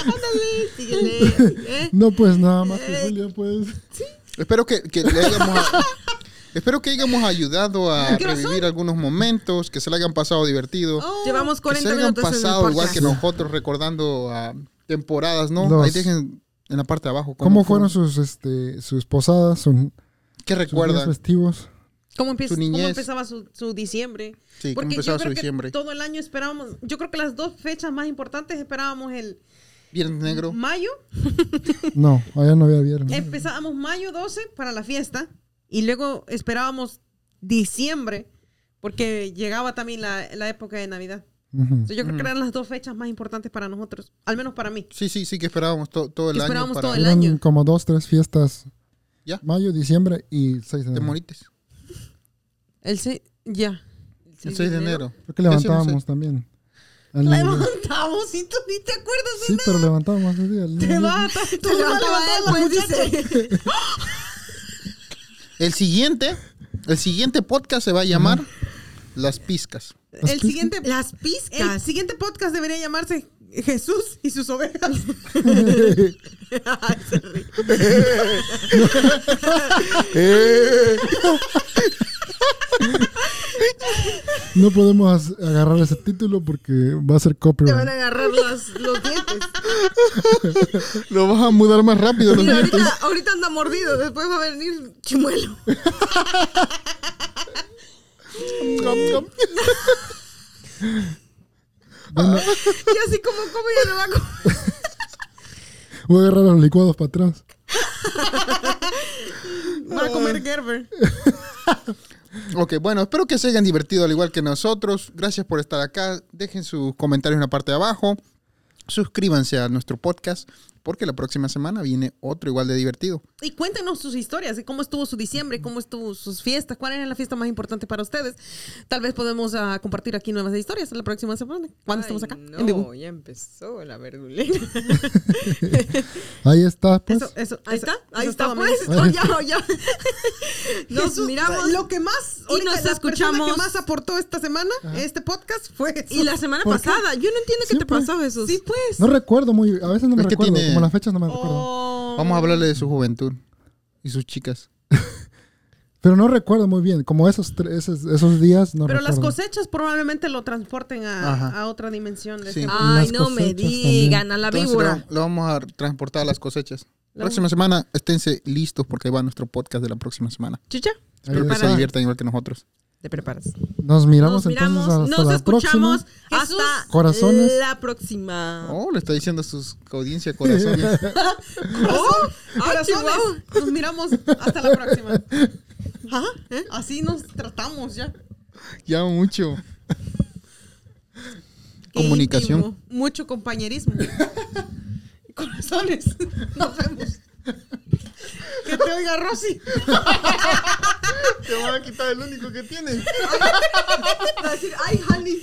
[SPEAKER 2] Ándale, síguele. síguele.
[SPEAKER 4] No, pues nada más que Julio, pues.
[SPEAKER 1] Espero que, que le hayamos. a- Espero que hayamos ayudado a
[SPEAKER 3] ¿Qué razón?
[SPEAKER 1] revivir algunos momentos, que se le hayan pasado divertido.
[SPEAKER 3] Oh,
[SPEAKER 2] Llevamos
[SPEAKER 1] que se
[SPEAKER 2] 40
[SPEAKER 1] hayan
[SPEAKER 2] minutos
[SPEAKER 1] pasado
[SPEAKER 2] en el
[SPEAKER 1] igual
[SPEAKER 2] podcast.
[SPEAKER 1] que nosotros recordando ah, temporadas, ¿no?
[SPEAKER 4] Los-
[SPEAKER 1] Ahí dejen en la parte de abajo. cómo
[SPEAKER 4] ¿Cómo
[SPEAKER 1] fue-
[SPEAKER 4] fueron sus, este, sus posadas, sus, sus
[SPEAKER 1] ¿Qué
[SPEAKER 4] días
[SPEAKER 1] recuerdan?
[SPEAKER 4] festivos?
[SPEAKER 3] ¿Cómo, empieza-
[SPEAKER 1] Su
[SPEAKER 3] cómo
[SPEAKER 1] niñez.
[SPEAKER 3] empezaba su, su diciembre?
[SPEAKER 1] Sí, ¿cómo
[SPEAKER 3] Porque
[SPEAKER 1] empezaba
[SPEAKER 3] yo
[SPEAKER 1] su
[SPEAKER 3] creo que
[SPEAKER 1] diciembre?
[SPEAKER 3] todo el año esperábamos, yo creo que las dos fechas más importantes esperábamos el
[SPEAKER 1] Viernes negro.
[SPEAKER 3] mayo,
[SPEAKER 4] No, allá no había viernes.
[SPEAKER 3] empezábamos mayo 12 para la fiesta y luego esperábamos diciembre porque llegaba también la, la época de Navidad.
[SPEAKER 4] Ujú.
[SPEAKER 3] Entonces, yo creo que eran las dos fechas más importantes para nosotros, al menos para mí.
[SPEAKER 1] Sí, sí, sí, que esperábamos to- todo el
[SPEAKER 3] Que
[SPEAKER 1] año.
[SPEAKER 3] esperábamos
[SPEAKER 1] para-
[SPEAKER 3] todo el
[SPEAKER 4] Eran
[SPEAKER 3] año.
[SPEAKER 4] como dos, tres fiestas.
[SPEAKER 1] Ya.
[SPEAKER 4] Mayo, diciembre y 6 de
[SPEAKER 1] Te
[SPEAKER 4] enero.
[SPEAKER 1] moriste.
[SPEAKER 3] El 6, ya.
[SPEAKER 1] El 6 de enero.
[SPEAKER 4] Creo que levantábamos también. Al niño Dios.
[SPEAKER 3] Levantamos y tú ni te acuerdas de
[SPEAKER 4] Sí, pero levantábamos ese día. al niño
[SPEAKER 3] Te
[SPEAKER 4] Dios.
[SPEAKER 3] vas, tú
[SPEAKER 2] Te levantaba él, pues, dice.
[SPEAKER 1] El siguiente, el siguiente podcast se va a llamar Las Piscas.
[SPEAKER 3] El siguiente,
[SPEAKER 2] Las
[SPEAKER 3] el
[SPEAKER 2] pizcas.
[SPEAKER 3] siguiente podcast debería llamarse Jesús y sus ovejas.
[SPEAKER 2] Ay, se ríe.
[SPEAKER 1] Eh.
[SPEAKER 4] No podemos agarrar ese título porque va a ser
[SPEAKER 2] Te van a
[SPEAKER 4] copyright.
[SPEAKER 2] agarrar las- los dientes.
[SPEAKER 1] Lo vas a mudar más rápido. los
[SPEAKER 2] Mira,
[SPEAKER 1] dientes.
[SPEAKER 2] ahorita, ahorita anda mordido, después va a venir chimuelo. Y así como come, ya no va a comer.
[SPEAKER 4] Voy a agarrar los licuados para atrás.
[SPEAKER 2] Va a comer Gerber.
[SPEAKER 1] Ok, bueno, espero que se hayan divertido al igual que nosotros. Gracias por estar acá. Dejen sus comentarios en la parte de abajo. Suscríbanse a nuestro podcast porque la próxima semana viene otro igual de divertido.
[SPEAKER 3] Y cuéntenos sus historias de cómo estuvo su diciembre, cómo estuvo sus fiestas, cuál era la fiesta más importante para ustedes. Tal vez podemos ah, compartir aquí nuevas historias la próxima semana, cuando estemos acá en vivo.
[SPEAKER 2] ya empezó la verdulera.
[SPEAKER 4] Ahí está, pues.
[SPEAKER 3] Eso, eso,
[SPEAKER 2] Ahí
[SPEAKER 3] eso-
[SPEAKER 2] está,
[SPEAKER 3] eso
[SPEAKER 2] ahí
[SPEAKER 3] es
[SPEAKER 2] está,
[SPEAKER 3] todo,
[SPEAKER 2] pues.
[SPEAKER 3] amigos.
[SPEAKER 2] o ya, o ya. Nos
[SPEAKER 3] Jesús,
[SPEAKER 2] miramos.
[SPEAKER 3] Lo que más
[SPEAKER 2] y nos
[SPEAKER 3] la persona
[SPEAKER 2] escuchamos.
[SPEAKER 3] que más aportó esta semana, este podcast, fue
[SPEAKER 2] Y la semana
[SPEAKER 4] ¿Por qué?
[SPEAKER 2] pasada, yo no entiendo qué te
[SPEAKER 4] Siempre.
[SPEAKER 2] pasó, Jesús.
[SPEAKER 3] Sí, pues.
[SPEAKER 4] No recuerdo muy A veces no me
[SPEAKER 1] Es que
[SPEAKER 4] recuerdo.
[SPEAKER 1] tiene-
[SPEAKER 4] Como las fechas no me recuerdo.
[SPEAKER 3] Oh.
[SPEAKER 1] Vamos a hablarle de su juventud y sus chicas.
[SPEAKER 4] Pero no recuerdo muy bien. Como esos, tre- esos, esos días no
[SPEAKER 3] Pero las
[SPEAKER 4] recuerdo.
[SPEAKER 3] cosechas probablemente lo transporten a,
[SPEAKER 1] Ajá.
[SPEAKER 3] a otra dimensión. De
[SPEAKER 1] Sí.
[SPEAKER 3] este-
[SPEAKER 2] Ay,
[SPEAKER 4] Las
[SPEAKER 2] no me
[SPEAKER 4] cosechas
[SPEAKER 2] digan, a la
[SPEAKER 1] Entonces
[SPEAKER 2] víbora.
[SPEAKER 1] lo, lo vamos a transportar a las cosechas. La próxima semana esténse listos porque ahí va nuestro podcast de la próxima semana.
[SPEAKER 2] Chucha,
[SPEAKER 4] Ahí
[SPEAKER 1] Espero que se
[SPEAKER 4] está.
[SPEAKER 1] diviertan igual que nosotros.
[SPEAKER 2] te preparas.
[SPEAKER 4] Nos miramos
[SPEAKER 2] nos miramos,
[SPEAKER 4] entonces hasta
[SPEAKER 2] nos
[SPEAKER 4] la próxima.
[SPEAKER 2] escuchamos.
[SPEAKER 3] Jesús.
[SPEAKER 2] Hasta
[SPEAKER 4] Corazones.
[SPEAKER 2] la próxima.
[SPEAKER 1] Oh, le está diciendo a sus audiencia corazones.
[SPEAKER 2] Oh, ay,
[SPEAKER 3] Corazones,
[SPEAKER 2] Chihuahua.
[SPEAKER 3] ah, nos miramos. Hasta la próxima. Ajá, ¿eh? Así nos tratamos ya.
[SPEAKER 1] ya mucho.
[SPEAKER 3] Qué
[SPEAKER 1] Comunicación.
[SPEAKER 3] íntimo. Mucho compañerismo. Corazones. Nos vemos. Que te oiga Rosy.
[SPEAKER 1] Te voy a quitar el único que tienes.
[SPEAKER 3] Para decir, ay, honey.